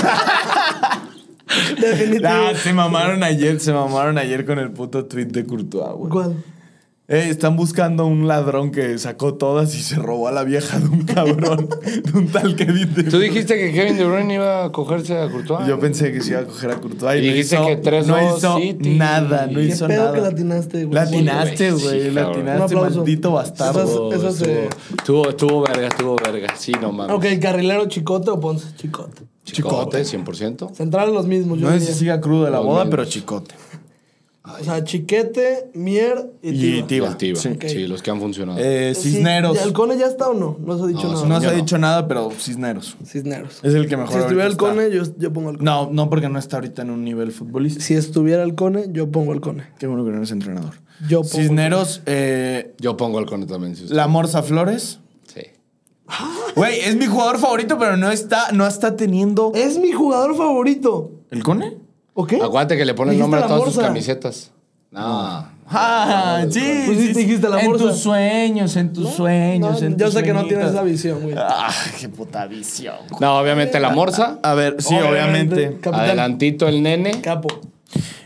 Speaker 1: Definitivo.
Speaker 3: Ah, se mamaron ayer, se mamaron ayer con el puto tweet de Courtois, güey.
Speaker 1: ¿Cuál?
Speaker 3: Eh, están buscando a un ladrón que sacó todas y se robó a la vieja de un cabrón, de un tal que dice.
Speaker 2: Tú dijiste que Kevin De Bruyne iba a cogerse a Courtois.
Speaker 3: Yo pensé que se iba a coger a Courtois.
Speaker 2: Y
Speaker 3: no
Speaker 2: dijiste
Speaker 3: hizo-
Speaker 2: que tres
Speaker 3: No
Speaker 2: dos
Speaker 3: hizo
Speaker 2: City.
Speaker 3: nada, no
Speaker 2: Qué
Speaker 1: ¿Qué
Speaker 3: hizo
Speaker 1: pedo
Speaker 3: nada.
Speaker 1: que latinaste, güey?
Speaker 3: Latinaste,
Speaker 2: Sí,
Speaker 3: güey.
Speaker 2: cabrón.
Speaker 1: Un
Speaker 3: latinaste,
Speaker 1: aplauso.
Speaker 3: maldito
Speaker 1: Estás-
Speaker 3: bastardo.
Speaker 2: Oh, Estuvo-
Speaker 1: eso se-
Speaker 2: estuvo- Estuvo estuvo verga, estuvo verga. Sí, no mames.
Speaker 1: Ok, carrilero, chicote o Ponce, chicote.
Speaker 2: Chicote,
Speaker 3: Chicote.
Speaker 2: 100%.
Speaker 1: Central los mismos, yo
Speaker 3: No sé
Speaker 1: diría.
Speaker 3: si siga crudo de la
Speaker 2: Los
Speaker 3: boda,
Speaker 2: mismos.
Speaker 3: pero chicote.
Speaker 1: O sea, Chiquete, Mier y
Speaker 3: Y
Speaker 1: Tiva.
Speaker 3: Tiva.
Speaker 2: Y activa.
Speaker 3: Sí.
Speaker 2: Sí. los que han funcionado.
Speaker 3: Eh, Cisneros.
Speaker 1: Pues Sí, ¿El Cone ya está o no? No se ha dicho
Speaker 2: No,
Speaker 1: nada.
Speaker 3: No se
Speaker 2: Yo
Speaker 3: ha
Speaker 2: no.
Speaker 3: dicho nada, pero Cisneros.
Speaker 1: Cisneros.
Speaker 3: Es el que mejor
Speaker 1: Si estuviera el
Speaker 3: ahorita
Speaker 1: Cone,
Speaker 3: está.
Speaker 1: yo, yo pongo el Cone.
Speaker 3: No, no, porque no está ahorita en un nivel futbolístico.
Speaker 1: Si estuviera el Cone, yo pongo el Cone.
Speaker 3: Qué bueno que no eres entrenador.
Speaker 1: Yo pongo-
Speaker 3: Cisneros, eh,
Speaker 2: Yo pongo el cone también. si usted-
Speaker 3: la Morsa Flores.
Speaker 2: Sí.
Speaker 3: Güey, es mi jugador favorito, pero no está, no está teniendo.
Speaker 1: Es mi jugador favorito.
Speaker 3: ¿El Cone?
Speaker 1: ¿O qué?
Speaker 2: Acuérdate que le pone el
Speaker 1: Dijiste
Speaker 2: nombre a
Speaker 1: la
Speaker 2: todas sus
Speaker 1: Morsa.
Speaker 2: camisetas. No.
Speaker 3: Ah, sí.
Speaker 1: Pues sí,
Speaker 3: sí,
Speaker 1: te
Speaker 3: sí.
Speaker 1: dijiste la
Speaker 3: en
Speaker 1: Morsa.
Speaker 3: tus sueños, en tus sueños.
Speaker 1: No,
Speaker 3: en
Speaker 1: yo
Speaker 3: tus
Speaker 1: sé que no tienes
Speaker 3: sueñitos.
Speaker 1: esa visión, güey.
Speaker 3: Ah, qué puta visión. güey.
Speaker 2: No, obviamente la morsa.
Speaker 3: A ver, sí,
Speaker 1: Obviamente.
Speaker 3: obviamente.
Speaker 1: Capitán.
Speaker 2: Adelantito el nene.
Speaker 1: Capo.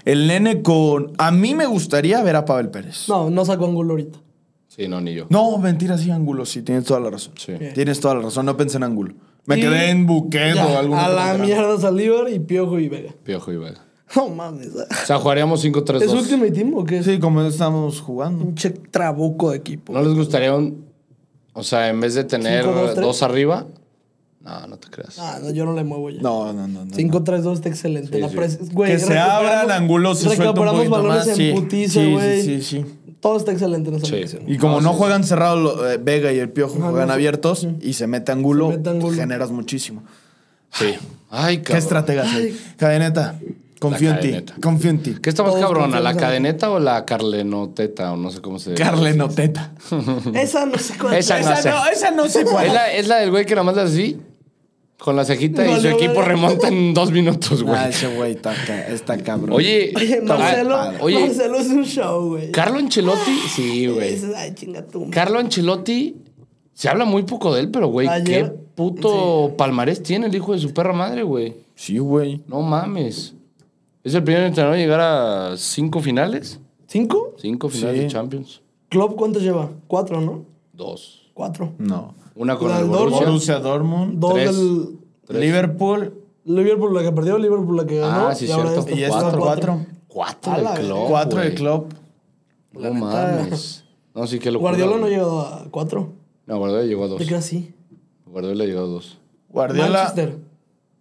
Speaker 3: El nene con. A mí me gustaría ver a Pavel Pérez. No,
Speaker 1: No, no saco ángulo ahorita.
Speaker 2: Sí, no, ni yo.
Speaker 3: mentira, sí, Ángulo, sí, tienes toda la razón.
Speaker 2: Sí.
Speaker 3: Tienes toda la razón, no pensé en Ángulo. Me
Speaker 1: Y-
Speaker 3: quedé en Buquet
Speaker 1: Ya,
Speaker 3: o algo.
Speaker 1: a la mierda Saldívar y Piojo y Vega.
Speaker 2: Piojo y Vega.
Speaker 1: No mames. ¿eh?
Speaker 2: O sea, jugaríamos
Speaker 1: ¿Es
Speaker 2: 5-3-2.
Speaker 1: Ultimate Team o qué?
Speaker 3: Sí, como estamos jugando.
Speaker 1: Pinche trabuco de equipo.
Speaker 2: ¿No les gustaría un. O sea, en vez de tener
Speaker 1: Cinco, dos,
Speaker 2: dos,
Speaker 1: tres.
Speaker 2: arriba. No, no te creas.
Speaker 1: Ah, no, yo no le muevo ya.
Speaker 3: No, no, no. no.
Speaker 1: 5-3-2 está excelente.
Speaker 2: Sí,
Speaker 1: La
Speaker 2: sí.
Speaker 1: pres- güey,
Speaker 3: que se
Speaker 1: recuperamos-
Speaker 3: abran, Ángulo se suelta un
Speaker 1: Recuperamos
Speaker 3: poquito
Speaker 1: balones
Speaker 3: más.
Speaker 1: en
Speaker 3: sí.
Speaker 1: putiza,
Speaker 3: sí,
Speaker 1: güey.
Speaker 3: sí, sí, sí.
Speaker 1: Todo está excelente en esa
Speaker 2: Sí.
Speaker 1: selección.
Speaker 3: Y como
Speaker 2: Ah,
Speaker 3: no
Speaker 2: sí.
Speaker 3: juegan cerrado lo- eh, Vega y el Piojo
Speaker 1: Ajá,
Speaker 3: juegan
Speaker 1: no, sí.
Speaker 3: abiertos y se mete Angulo,
Speaker 1: Se mete Angulo.
Speaker 3: generas muchísimo.
Speaker 2: Sí. Ay,
Speaker 3: ¿Qué
Speaker 2: cabrón.
Speaker 3: estratega soy? Cadeneta, confío
Speaker 2: La
Speaker 3: en ti,
Speaker 2: cadeneta.
Speaker 3: confío en ti.
Speaker 2: ¿Qué está más
Speaker 1: Todos
Speaker 2: cabrona?
Speaker 1: confiamos
Speaker 2: ¿La
Speaker 1: en-
Speaker 2: cadeneta o la carlenoteta? O no sé cómo se
Speaker 3: Carlenoteta.
Speaker 1: Esa no sé cuál
Speaker 2: Esa no sé.
Speaker 3: esa no sé
Speaker 2: Es la, es la del güey que nada más la así. Con la cejita
Speaker 1: No,
Speaker 2: y su
Speaker 1: no,
Speaker 2: equipo
Speaker 1: no.
Speaker 2: remonta en dos minutos, güey.
Speaker 3: Ah, ese güey está, ca- está cabrón.
Speaker 2: Oye,
Speaker 1: Oye,
Speaker 2: ah,
Speaker 1: Marcelo,
Speaker 2: oye,
Speaker 1: Marcelo es un show, güey.
Speaker 2: Carlo Ancelotti. Sí, güey.
Speaker 1: Dices, Ay, chinga tú.
Speaker 2: Carlo Ancelotti. Se habla muy poco de él, pero, güey, qué
Speaker 1: Ayer-
Speaker 2: puto palmarés tiene el hijo de su perra madre, güey.
Speaker 3: Sí, güey.
Speaker 2: No mames. Es el primer entrenador en llegar a cinco finales.
Speaker 1: ¿Cinco?
Speaker 2: Cinco finales
Speaker 3: Sí.
Speaker 2: de Champions.
Speaker 1: ¿Club cuántos lleva? Cuatro, ¿no?
Speaker 2: Dos.
Speaker 1: Cuatro.
Speaker 3: No.
Speaker 2: Una con
Speaker 1: La
Speaker 2: el
Speaker 1: del
Speaker 2: Borussia.
Speaker 3: Borussia Dortmund,
Speaker 1: Dos
Speaker 2: Tres.
Speaker 1: del
Speaker 3: Liverpool
Speaker 1: Liverpool la que perdió, Liverpool la que ganó.
Speaker 2: Ah, sí,
Speaker 1: y ahora este.
Speaker 2: cierto.
Speaker 3: y
Speaker 1: esta.
Speaker 3: estos
Speaker 2: Cuatro.
Speaker 3: cuatro.
Speaker 2: Cuatro
Speaker 1: A
Speaker 2: del
Speaker 1: la
Speaker 2: club.
Speaker 1: verga.
Speaker 3: Cuatro
Speaker 2: güey.
Speaker 3: del club.
Speaker 2: No
Speaker 1: neta.
Speaker 2: mames. No, sí que lo
Speaker 1: Guardiola no llegó a cuatro.
Speaker 2: No, Guardiola llegó a dos.
Speaker 1: ¿Te quedas así?
Speaker 2: Guardiola llegó a dos.
Speaker 3: Guardiola.
Speaker 1: Manchester.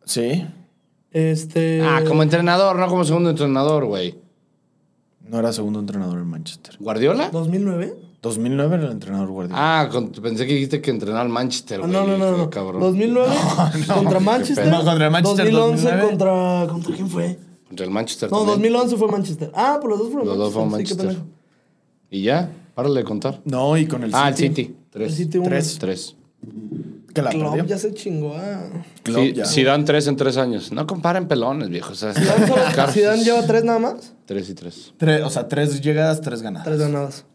Speaker 3: Sí.
Speaker 1: Este.
Speaker 2: Ah, como entrenador, no como segundo entrenador, güey.
Speaker 3: No era segundo entrenador en Manchester.
Speaker 2: ¿Guardiola?
Speaker 1: 2009?
Speaker 3: 2009 era el entrenador Guardiola.
Speaker 2: Ah, con- pensé que dijiste que entrenaba al Manchester,
Speaker 1: Ah,
Speaker 2: güey.
Speaker 1: no, no, no, no.
Speaker 2: Qué Cabrón.
Speaker 1: 2009 contra Manchester.
Speaker 3: pedo. No, contra Manchester,
Speaker 1: 2011
Speaker 3: 2009.
Speaker 1: contra contra quién fue?
Speaker 2: Contra el Manchester
Speaker 1: No,
Speaker 2: también.
Speaker 1: 2011 fue Manchester. Ah, pues los dos fueron
Speaker 2: Los dos fueron
Speaker 1: sí, qué
Speaker 2: Manchester.
Speaker 1: pendejo.
Speaker 2: Y ya, párale de contar.
Speaker 3: No, y con el
Speaker 2: ah, el
Speaker 3: City.
Speaker 2: City. Tres.
Speaker 1: El City uno.
Speaker 2: Tres. Tres.
Speaker 3: Que la
Speaker 1: Klopp
Speaker 3: perdió.
Speaker 1: ya se chingó ah. a...
Speaker 3: Klopp
Speaker 2: Sí,
Speaker 3: ya.
Speaker 2: Zidane tres en tres años. No comparen pelones, viejo. O sea,
Speaker 1: Zidane solo-
Speaker 2: Carlos-
Speaker 1: Zidane lleva tres nada más.
Speaker 2: Tres y tres.
Speaker 3: Tres- o sea, tres llegadas, tres ganadas.
Speaker 1: Tres ganadas.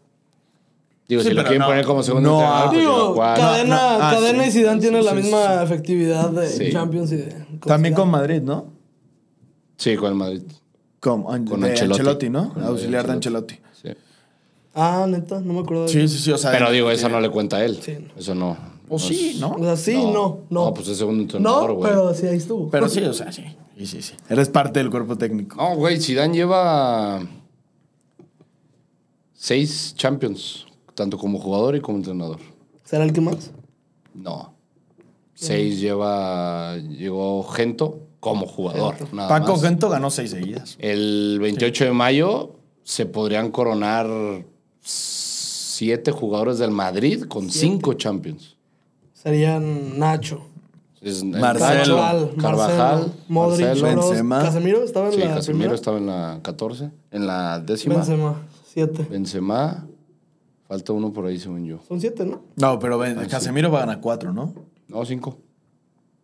Speaker 2: Digo,
Speaker 3: Sí,
Speaker 2: si lo
Speaker 3: pero
Speaker 2: quieren
Speaker 3: no.
Speaker 2: poner como segundo
Speaker 3: No,
Speaker 2: entrenador, pues
Speaker 1: Digo,
Speaker 2: lleva cuatro.
Speaker 1: cadena,
Speaker 3: No, no, ah,
Speaker 1: cadena
Speaker 3: sí.
Speaker 1: y Zidane tienen
Speaker 3: Sí,
Speaker 1: la
Speaker 3: sí,
Speaker 1: misma efectividad de
Speaker 2: Sí.
Speaker 1: Champions y de... con
Speaker 3: También con
Speaker 1: Zidane.
Speaker 3: Madrid, ¿no?
Speaker 2: Sí, con el Madrid.
Speaker 3: Con, An-
Speaker 2: Con
Speaker 3: de
Speaker 2: Ancelotti.
Speaker 3: Ancelotti. ¿no?
Speaker 2: Con
Speaker 3: Auxiliar de Ancelotti.
Speaker 2: Sí.
Speaker 1: Ah, neta, no me acuerdo de
Speaker 3: Sí, sí, sí. O sea,
Speaker 2: Pero digo, pues, eso no le cuenta a él.
Speaker 1: Sí, no.
Speaker 2: Eso no.
Speaker 3: O
Speaker 2: no
Speaker 3: sí,
Speaker 2: es-
Speaker 3: ¿no?
Speaker 1: O sea, sí, no, no.
Speaker 2: No, pues es segundo entrenador,
Speaker 1: No,
Speaker 2: güey.
Speaker 1: pero sí, ahí estuvo.
Speaker 3: Pero sí, o sea, sí. Sí, sí, sí. Eres parte del cuerpo técnico.
Speaker 2: No, güey, Zidane lleva seis Champions, tanto como jugador y como entrenador.
Speaker 1: ¿Será el que más?
Speaker 2: No. Seis lleva. Llegó Gento como jugador. nada
Speaker 3: Paco
Speaker 2: más.
Speaker 3: Gento ganó seis seguidas.
Speaker 2: El 28 de mayo se podrían coronar siete jugadores del Madrid con cinco Champions.
Speaker 1: Serían Nacho.
Speaker 2: Es- Nacho,
Speaker 3: Marcelo,
Speaker 1: Carvajal,
Speaker 2: Carvajal,
Speaker 1: Modric,
Speaker 2: Marcelo.
Speaker 1: Kroos,
Speaker 3: Benzema.
Speaker 1: Casemiro estaba en
Speaker 2: Sí,
Speaker 1: la
Speaker 2: Casemiro
Speaker 1: primera.
Speaker 2: estaba en la 14, en la décima. Benzema.
Speaker 1: Benzema, siete.
Speaker 2: Falta uno por ahí, según yo.
Speaker 1: Son siete, ¿no?
Speaker 3: No, pero ven,
Speaker 2: Ah,
Speaker 3: Casemiro va a ganar cuatro, ¿no?
Speaker 2: No, cinco.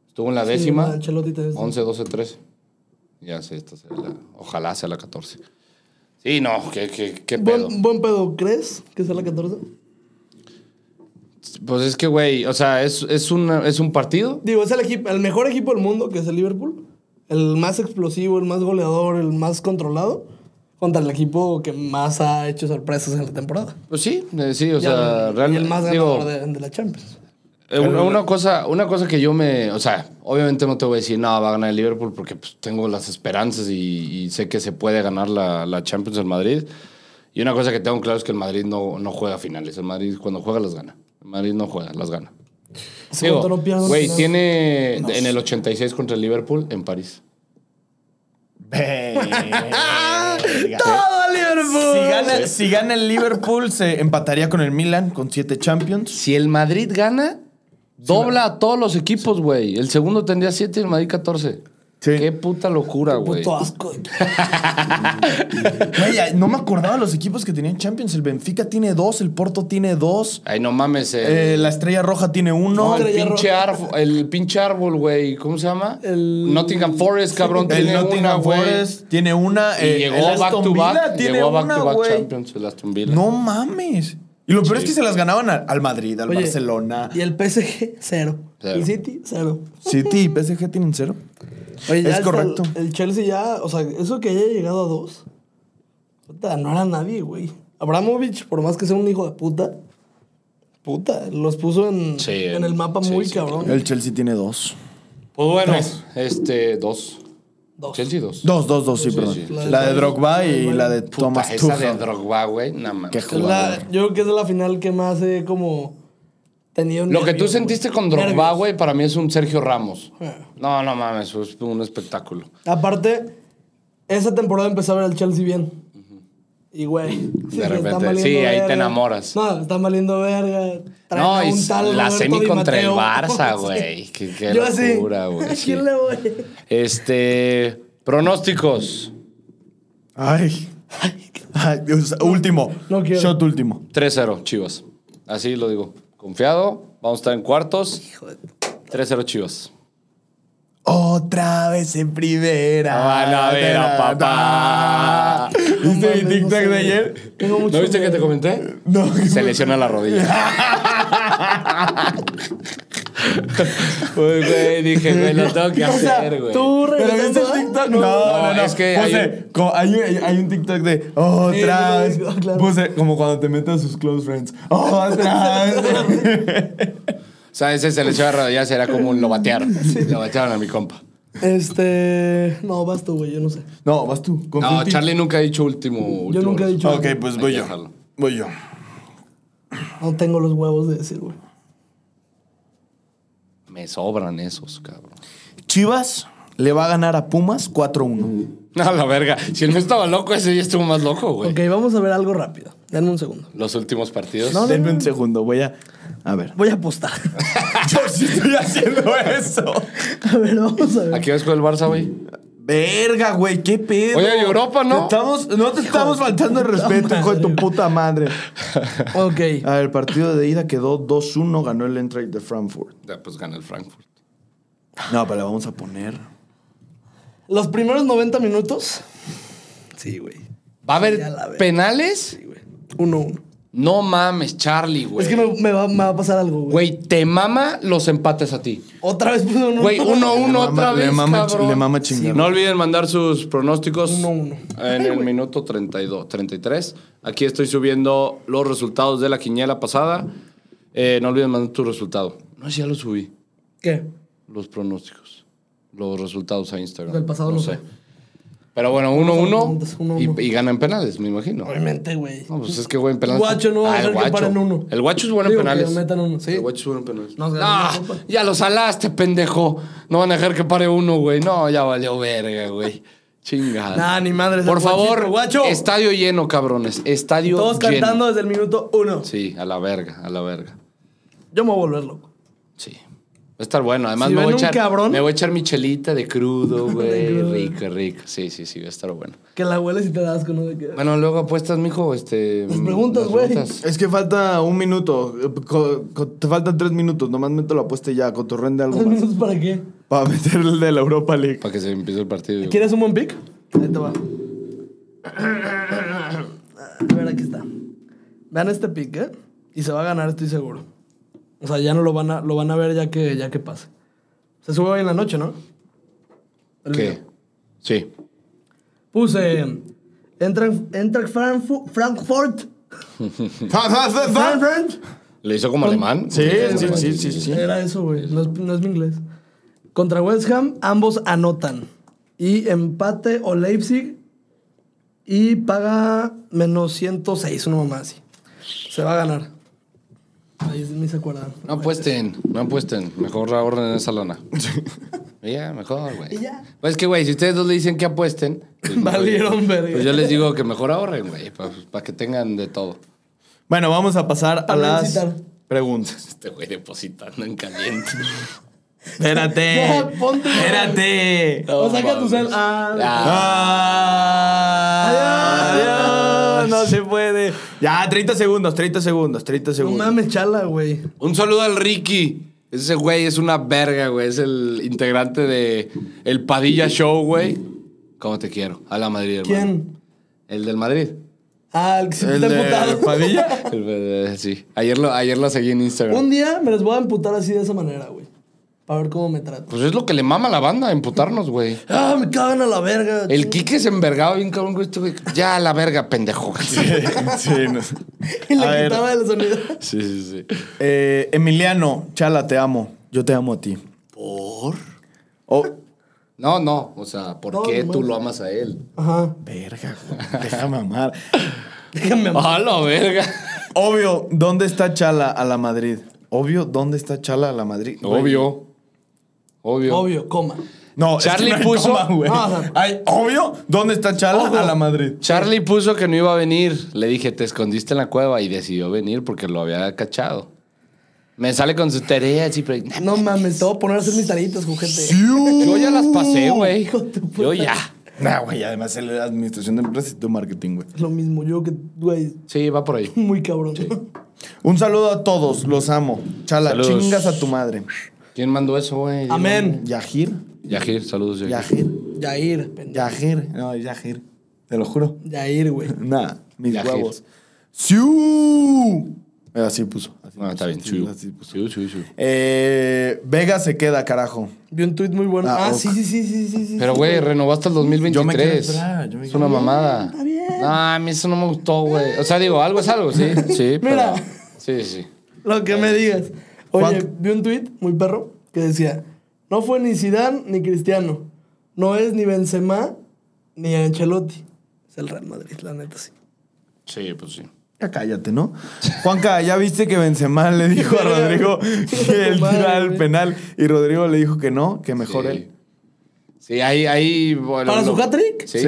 Speaker 2: Estuvo en la décima.
Speaker 1: Sí, Ancelotti te
Speaker 2: 11, 12, 13. Ya sé, esta será la- ojalá sea la 14. Sí, no, qué, qué, qué pedo.
Speaker 1: Buen, buen pedo, ¿crees que sea la 14?
Speaker 2: Pues es que, güey, o sea, es, es, una- es un partido.
Speaker 1: Digo, es el, equipo, el mejor equipo del mundo, que es el Liverpool. El más explosivo, el más goleador, el más controlado. Contra el equipo que más ha hecho sorpresas en la temporada.
Speaker 2: Pues sí, eh, sí, o
Speaker 1: Y el-
Speaker 2: sea,
Speaker 1: y
Speaker 2: realmente.
Speaker 1: el más
Speaker 2: digo,
Speaker 1: ganador de, de la Champions.
Speaker 2: Eh, Una, una cosa, una cosa que yo me. O sea, obviamente no te voy a decir, no, va a ganar el Liverpool porque pues, tengo las esperanzas y, y sé que se puede ganar la, la Champions en Madrid. Y una cosa que tengo claro es que el Madrid no, no juega finales. El Madrid, cuando juega, las gana. El Madrid no juega, las gana.
Speaker 1: Ese
Speaker 2: Digo,
Speaker 1: cuento no pierdo
Speaker 2: güey,
Speaker 1: nada.
Speaker 2: tiene en el 86 contra el Liverpool en París.
Speaker 1: ¡Todo Liverpool!
Speaker 3: Si gana, si gana el Liverpool, se empataría con el Milan con siete Champions.
Speaker 2: Si el Madrid gana, dobla a todos los equipos, güey. El segundo tendría 7 y el Madrid 14.
Speaker 3: Sí.
Speaker 2: Qué puta locura, güey.
Speaker 1: Puto asco.
Speaker 3: Güey, no me acordaba los equipos que tenían Champions. El Benfica tiene dos, el Porto tiene dos,
Speaker 2: Ay, no mames. El,
Speaker 3: eh, la Estrella Roja tiene
Speaker 2: no,
Speaker 3: uno.
Speaker 2: el
Speaker 1: Estrella
Speaker 2: pinche
Speaker 1: Roja.
Speaker 2: árbol, el pinche árbol, güey. ¿Cómo se llama?
Speaker 1: El-
Speaker 2: Nottingham Forest, cabrón.
Speaker 3: el
Speaker 2: tiene una,
Speaker 3: Nottingham
Speaker 2: güey.
Speaker 3: Forest tiene una.
Speaker 2: Y
Speaker 3: eh, el
Speaker 2: llegó
Speaker 3: Aston
Speaker 2: back to
Speaker 3: Villa
Speaker 2: back.
Speaker 3: tiene
Speaker 2: Llegó back
Speaker 3: una,
Speaker 2: to back
Speaker 3: güey.
Speaker 2: Champions el Aston Villa.
Speaker 3: No mames. Y lo peor es que se las ganaban al, al Madrid, al
Speaker 1: Oye,
Speaker 3: Barcelona.
Speaker 1: Y el PSG, cero.
Speaker 2: Cero.
Speaker 1: El City, cero.
Speaker 3: City y PSG tienen cero.
Speaker 1: Oye, ya
Speaker 3: Es
Speaker 1: hasta
Speaker 3: correcto.
Speaker 1: El, el Chelsea ya, o sea, eso que haya llegado a dos, puta, no era nadie, güey. Abramovich, por más que sea un hijo de puta, puta, los puso en,
Speaker 2: Sí,
Speaker 1: en el mapa
Speaker 2: sí,
Speaker 1: muy
Speaker 2: sí,
Speaker 1: cabrón.
Speaker 3: El Chelsea tiene dos.
Speaker 2: Pues bueno,
Speaker 3: Tres.
Speaker 2: este, dos.
Speaker 1: Dos.
Speaker 2: Chelsea, dos.
Speaker 3: Dos, dos, dos, sí, perdón.
Speaker 2: sí, sí.
Speaker 3: La de Drogba y la de
Speaker 2: Puta,
Speaker 3: Thomas
Speaker 2: esa de
Speaker 3: Tuchel.
Speaker 2: Drogba, güey. Nada más.
Speaker 3: Qué
Speaker 1: Es la-
Speaker 3: jugador.
Speaker 1: yo creo que es la final que más he como tenido.
Speaker 2: Lo que tú
Speaker 1: nervios,
Speaker 2: sentiste
Speaker 1: güey.
Speaker 2: con Drogba,
Speaker 1: Nervios.
Speaker 2: güey, para mí es un Sergio Ramos.
Speaker 1: Ah.
Speaker 2: No, no mames, es un espectáculo.
Speaker 1: Aparte, esa temporada empezó a ver al Chelsea bien. Y, güey. sí, están
Speaker 2: repente,
Speaker 1: valiendo
Speaker 2: sí, ahí te enamoras.
Speaker 1: No, están valiendo verga. Traen
Speaker 2: No,
Speaker 1: a
Speaker 2: y
Speaker 1: un tal
Speaker 2: la
Speaker 1: Roberto
Speaker 2: semi
Speaker 1: Di
Speaker 2: contra el
Speaker 1: Matteo.
Speaker 2: Barça,
Speaker 1: Sí.
Speaker 2: güey. Qué, qué
Speaker 1: Yo así,
Speaker 2: locura, güey.
Speaker 1: ¿a
Speaker 2: sí.
Speaker 1: quién le voy?
Speaker 2: Este, pronósticos.
Speaker 3: Ay. Ay, Dios, último.
Speaker 1: No quiero.
Speaker 3: Shot último.
Speaker 2: 3-0, Chivas. Así lo digo. Confiado, vamos a estar en cuartos. 3-0, Chivas.
Speaker 3: Otra vez en primera.
Speaker 2: Van a ver a papá.
Speaker 1: No
Speaker 3: ¿Viste
Speaker 1: mames,
Speaker 3: mi
Speaker 1: no
Speaker 3: TikTok
Speaker 1: sé,
Speaker 3: de
Speaker 1: güey.
Speaker 3: ayer?
Speaker 1: Tengo mucho
Speaker 2: ¿No viste que
Speaker 1: miedo.
Speaker 2: te comenté?
Speaker 3: No.
Speaker 2: Se lesiona la rodilla. Uy, güey, dije, güey, lo tengo que
Speaker 1: O sea,
Speaker 2: hacer, güey.
Speaker 1: tú
Speaker 3: ¿Pero viste el
Speaker 1: regresando.
Speaker 3: TikTok? No, no, no.
Speaker 2: no, es que
Speaker 3: puse,
Speaker 2: hay
Speaker 3: co- hay, un... Hay, un TikTok de otra
Speaker 1: Sí,
Speaker 3: vez.
Speaker 1: sí, sí, claro.
Speaker 3: Puse como cuando te metes a sus close friends. "Oh, Otra vez.
Speaker 2: O sea, ese se lesiona la rodilla, será como un lo batearon. Lo batearon a mi compa.
Speaker 1: Este. No, vas tú, güey, yo no sé.
Speaker 3: no, vas tú. con
Speaker 2: No,
Speaker 3: tu tip.
Speaker 2: Charlie nunca ha dicho último. último
Speaker 1: nunca he
Speaker 2: brazo.
Speaker 1: dicho-
Speaker 3: Ok, pues
Speaker 2: Hay
Speaker 3: voy
Speaker 2: que
Speaker 3: yo.
Speaker 2: dejarlo.
Speaker 3: Voy yo.
Speaker 1: No tengo los huevos de decir, güey.
Speaker 2: Me sobran esos, cabrón.
Speaker 3: Chivas le va a ganar a Pumas 4-1.
Speaker 2: No, la verga. Si él no estaba loco, ese ya estuvo más loco, güey.
Speaker 1: Ok, vamos a ver algo rápido. Dame un segundo.
Speaker 2: Los últimos partidos.
Speaker 3: Denme un segundo, voy a. A ver.
Speaker 1: Voy a apostar.
Speaker 3: Yo sí estoy haciendo eso.
Speaker 1: a ver, vamos a ver.
Speaker 2: ¿A qué hora juega el Barça, güey?
Speaker 3: Verga, güey, qué pedo.
Speaker 2: Oye, ¿y Europa, no?
Speaker 3: Te estamos, no te estamos faltando el respeto, hijo de tu puta madre.
Speaker 1: Ok.
Speaker 3: A ver, el partido de ida quedó 2-1, ganó el Eintracht de Frankfurt.
Speaker 2: Ya, pues gana el Frankfurt.
Speaker 3: No, pero la vamos a poner.
Speaker 1: Los primeros 90 minutos. Sí, güey.
Speaker 2: ¿Va a
Speaker 1: Ya la
Speaker 2: haber
Speaker 1: verga.
Speaker 2: penales?
Speaker 1: Sí, güey. Uno, uno.
Speaker 2: No mames, Charlie, güey.
Speaker 1: Es que me, me va, me va a pasar algo, güey.
Speaker 2: Güey, te mama los empates a ti.
Speaker 1: Otra vez puse uno.
Speaker 2: Güey, 1-1
Speaker 1: uno.
Speaker 3: mama-
Speaker 2: otra
Speaker 3: le
Speaker 2: vez,
Speaker 3: mama-
Speaker 2: cabrón.
Speaker 3: le mama chingar.
Speaker 2: No olviden mandar sus pronósticos
Speaker 1: Uno, uno.
Speaker 2: en el minuto 32, 33. Aquí estoy subiendo los resultados de la quiniela pasada. Eh, no olviden mandar tu resultado. No, si ya lo subí.
Speaker 1: ¿Qué?
Speaker 2: Los pronósticos. Los resultados a Instagram.
Speaker 1: Del pasado no sé.
Speaker 2: Pero bueno,
Speaker 1: preguntas,
Speaker 2: 1-1
Speaker 1: uno,
Speaker 2: y,
Speaker 1: uno.
Speaker 2: y ganan penales, me imagino.
Speaker 1: Obviamente, güey.
Speaker 2: No, pues es que güey en penales. Ah,
Speaker 1: Guacho no va a
Speaker 2: el
Speaker 1: hacer que
Speaker 2: guacho.
Speaker 1: paren uno.
Speaker 2: El guacho es bueno en
Speaker 1: Digo, que
Speaker 2: penales.
Speaker 1: metan uno, sí.
Speaker 2: El guacho es bueno en penales.
Speaker 1: Nos ganó
Speaker 2: Ah,
Speaker 1: la copa.
Speaker 2: ya lo salaste, pendejo. No van a dejar que pare uno, güey. No, ya valió verga, güey. Chingada.
Speaker 1: Nah, ni madres,
Speaker 2: Por
Speaker 1: el
Speaker 2: favor,
Speaker 1: guachito, guacho.
Speaker 2: estadio lleno, cabrones. Estadio
Speaker 1: Todos
Speaker 2: lleno.
Speaker 1: cantando desde el minuto uno.
Speaker 2: Sí, a la verga, a la verga.
Speaker 1: Yo me voy a volver loco.
Speaker 2: Sí. Va a estar bueno. Además,
Speaker 1: Si
Speaker 2: me,
Speaker 1: ven
Speaker 2: voy a
Speaker 1: un
Speaker 2: echar,
Speaker 1: cabrón-
Speaker 2: me voy a echar mi chelita de crudo, güey.
Speaker 1: crudo.
Speaker 2: rico, rico. Sí, sí, sí, va a estar bueno.
Speaker 1: Que la hueles y te das con uno de que.
Speaker 2: Bueno, luego apuestas, mijo, este...
Speaker 1: Las preguntas, güey.
Speaker 3: Es que falta un minuto. eh, co- co- te faltan tres minutos. Nomás meto la apuesta y ya. Cotorren de algo
Speaker 1: ¿Dos
Speaker 3: más.
Speaker 1: minutos para qué?
Speaker 3: Para meter el de la Europa League.
Speaker 2: Para que se empiece el partido. güey.
Speaker 1: ¿Quieres un buen pick? Ahí te va. A ver, aquí está. Vean este pick, ¿eh? Y se va a ganar, estoy seguro. O sea, ya no lo van a, lo van a ver ya que, ya que pase. Se sube hoy en la noche, ¿no? El
Speaker 2: ¿Qué?
Speaker 1: video.
Speaker 2: Sí.
Speaker 1: Puse. Entran, entra Frankfurt. Frankfurt. Frankfurt.
Speaker 2: ¿Le hizo como alemán?
Speaker 3: Sí,
Speaker 2: Le hizo como
Speaker 3: sí,
Speaker 2: alemán.
Speaker 3: sí, sí, sí.
Speaker 1: Era eso, güey. No es, no es mi inglés. Contra West Ham, ambos anotan. Y empate o Leipzig. Y paga menos 106, una mamá así. Se va a ganar. Ahí me hice acordar.
Speaker 2: No
Speaker 3: pues,
Speaker 2: apuesten, no apuesten. Mejor ahorren esa lana. Y Ya, mejor, güey.
Speaker 1: Y ya.
Speaker 2: Pues que, güey, si ustedes dos le dicen que apuesten. pues,
Speaker 1: Valieron,
Speaker 2: pues,
Speaker 1: verga.
Speaker 2: Pues yo les digo que mejor ahorren, güey, para que tengan de todo.
Speaker 3: Bueno, vamos a pasar a
Speaker 1: Para
Speaker 3: las
Speaker 1: citar.
Speaker 3: preguntas.
Speaker 2: Este güey depositando en caliente.
Speaker 3: Espérate.
Speaker 1: Ya, ponte.
Speaker 3: Espérate.
Speaker 1: O saca tu
Speaker 2: mames.
Speaker 1: cel. Ah.
Speaker 3: Ah,
Speaker 1: Adiós.
Speaker 3: Adiós, no se puede. Ya, 30 segundos, 30 segundos, 30
Speaker 1: No
Speaker 3: segundos.
Speaker 1: mames, chala, güey.
Speaker 2: Un saludo al Ricky. Ese güey es una verga, güey. Es el integrante de El Padilla Show, güey. ¿Cómo te quiero? A la Madrid, hermano.
Speaker 1: ¿Quién?
Speaker 2: El del Madrid.
Speaker 1: Ah, el que se
Speaker 3: ¿El
Speaker 1: está
Speaker 3: de
Speaker 1: emputado.
Speaker 3: Padilla?
Speaker 2: El- eh, sí. Ayer lo, ayer lo seguí en Instagram.
Speaker 1: Un día me los voy a emputar así de esa manera, güey. Para ver cómo me trato.
Speaker 2: Pues es lo que le mama a la banda, emputarnos, güey.
Speaker 1: Ah, me cagan a la verga.
Speaker 2: El Quique se envergaba bien cabrón con este güey. Ya a la verga, pendejo. Sí,
Speaker 3: sí, no.
Speaker 1: Y
Speaker 3: A
Speaker 1: le
Speaker 3: ver.
Speaker 1: quitaba el sonido.
Speaker 2: sí, sí.
Speaker 3: Eh, Emiliano, Chala, te amo. Yo te amo a ti.
Speaker 2: ¿Por?
Speaker 3: Oh,
Speaker 2: No, no. O sea, ¿por
Speaker 1: No,
Speaker 2: qué
Speaker 1: no
Speaker 2: tú
Speaker 1: mames.
Speaker 2: lo amas a él?
Speaker 1: Ajá.
Speaker 3: verga, güey. Deja mamar.
Speaker 1: Déjame amar.
Speaker 2: A la verga.
Speaker 3: Obvio, ¿dónde está Chala a la Madrid? Obvio, ¿dónde está Chala a la Madrid? Güey.
Speaker 2: Obvio. Obvio.
Speaker 1: Obvio, coma.
Speaker 3: No, es que
Speaker 2: Charlie
Speaker 3: no hay
Speaker 2: puso-
Speaker 3: coma, güey.
Speaker 1: Ah, o sea-
Speaker 3: Ay, obvio, ¿dónde está Chala a la Madrid?
Speaker 2: Charlie puso que no iba a venir. Le dije, te escondiste en la cueva y decidió venir porque lo había cachado. Me sale con sus tareas y... pre-
Speaker 1: No mames, te voy a poner a hacer mis taritas, juguete.
Speaker 2: Yo
Speaker 3: Yo
Speaker 2: ya las pasé, güey.
Speaker 1: Hijo de puta.
Speaker 2: Yo ya.
Speaker 3: Nah, güey, además él es administración de empresas y tú marketing, güey.
Speaker 1: Lo mismo, yo que, güey,
Speaker 2: Sí, va por ahí.
Speaker 1: muy cabrón.
Speaker 3: Un saludo a todos, los amo. Chala,
Speaker 2: Saludos.
Speaker 3: chingas a tu madre.
Speaker 2: ¿Quién mandó eso, güey?
Speaker 1: Amén.
Speaker 3: Yajir,
Speaker 2: Yajir, saludos, Yajir.
Speaker 3: Yajir,
Speaker 1: Yair, pendejo.
Speaker 3: Yajir. No, es Yajir. Te lo juro.
Speaker 1: Yair, güey.
Speaker 3: Nah, mis
Speaker 2: Yajir.
Speaker 3: huevos. ¡Siu! Eh, Así puso. así
Speaker 2: Ah,
Speaker 3: puso,
Speaker 2: está bien.
Speaker 3: sí,
Speaker 2: Sí,
Speaker 3: así puso.
Speaker 2: sí, sí, sí.
Speaker 3: Eh, Vega se queda, carajo.
Speaker 1: Vi un tweet muy bueno.
Speaker 3: Ah,
Speaker 1: Ah,
Speaker 3: ok.
Speaker 1: sí, sí, sí, sí, sí, sí.
Speaker 2: Pero, güey, renovó hasta el 2023.
Speaker 3: Yo me quiero esperar, yo me
Speaker 2: es
Speaker 3: quiero-
Speaker 2: una mamada. Está bien. Ah, a mí eso no me gustó, güey. O sea, digo, algo es algo, sí. Sí, pero-
Speaker 1: Mira.
Speaker 2: Sí, sí.
Speaker 1: Lo que
Speaker 2: eh,
Speaker 1: me digas. Oye,
Speaker 3: ¿Cuánto?
Speaker 1: vi un tweet muy perro que decía, no fue ni Zidane ni Cristiano. No es ni Benzema ni Ancelotti. Es el Real Madrid, la neta, sí.
Speaker 2: Sí, pues sí.
Speaker 3: Ya cállate, ¿no? Juanca, ya viste que Benzema le dijo a Rodrigo que él
Speaker 1: Madre,
Speaker 3: tira el
Speaker 1: güey.
Speaker 3: penal y Rodrigo le dijo que no, que mejor
Speaker 2: Sí.
Speaker 3: él.
Speaker 2: Sí, ahí, ahí. bueno,
Speaker 1: ¿Para
Speaker 2: lo-
Speaker 1: su hat-trick?
Speaker 2: Sí.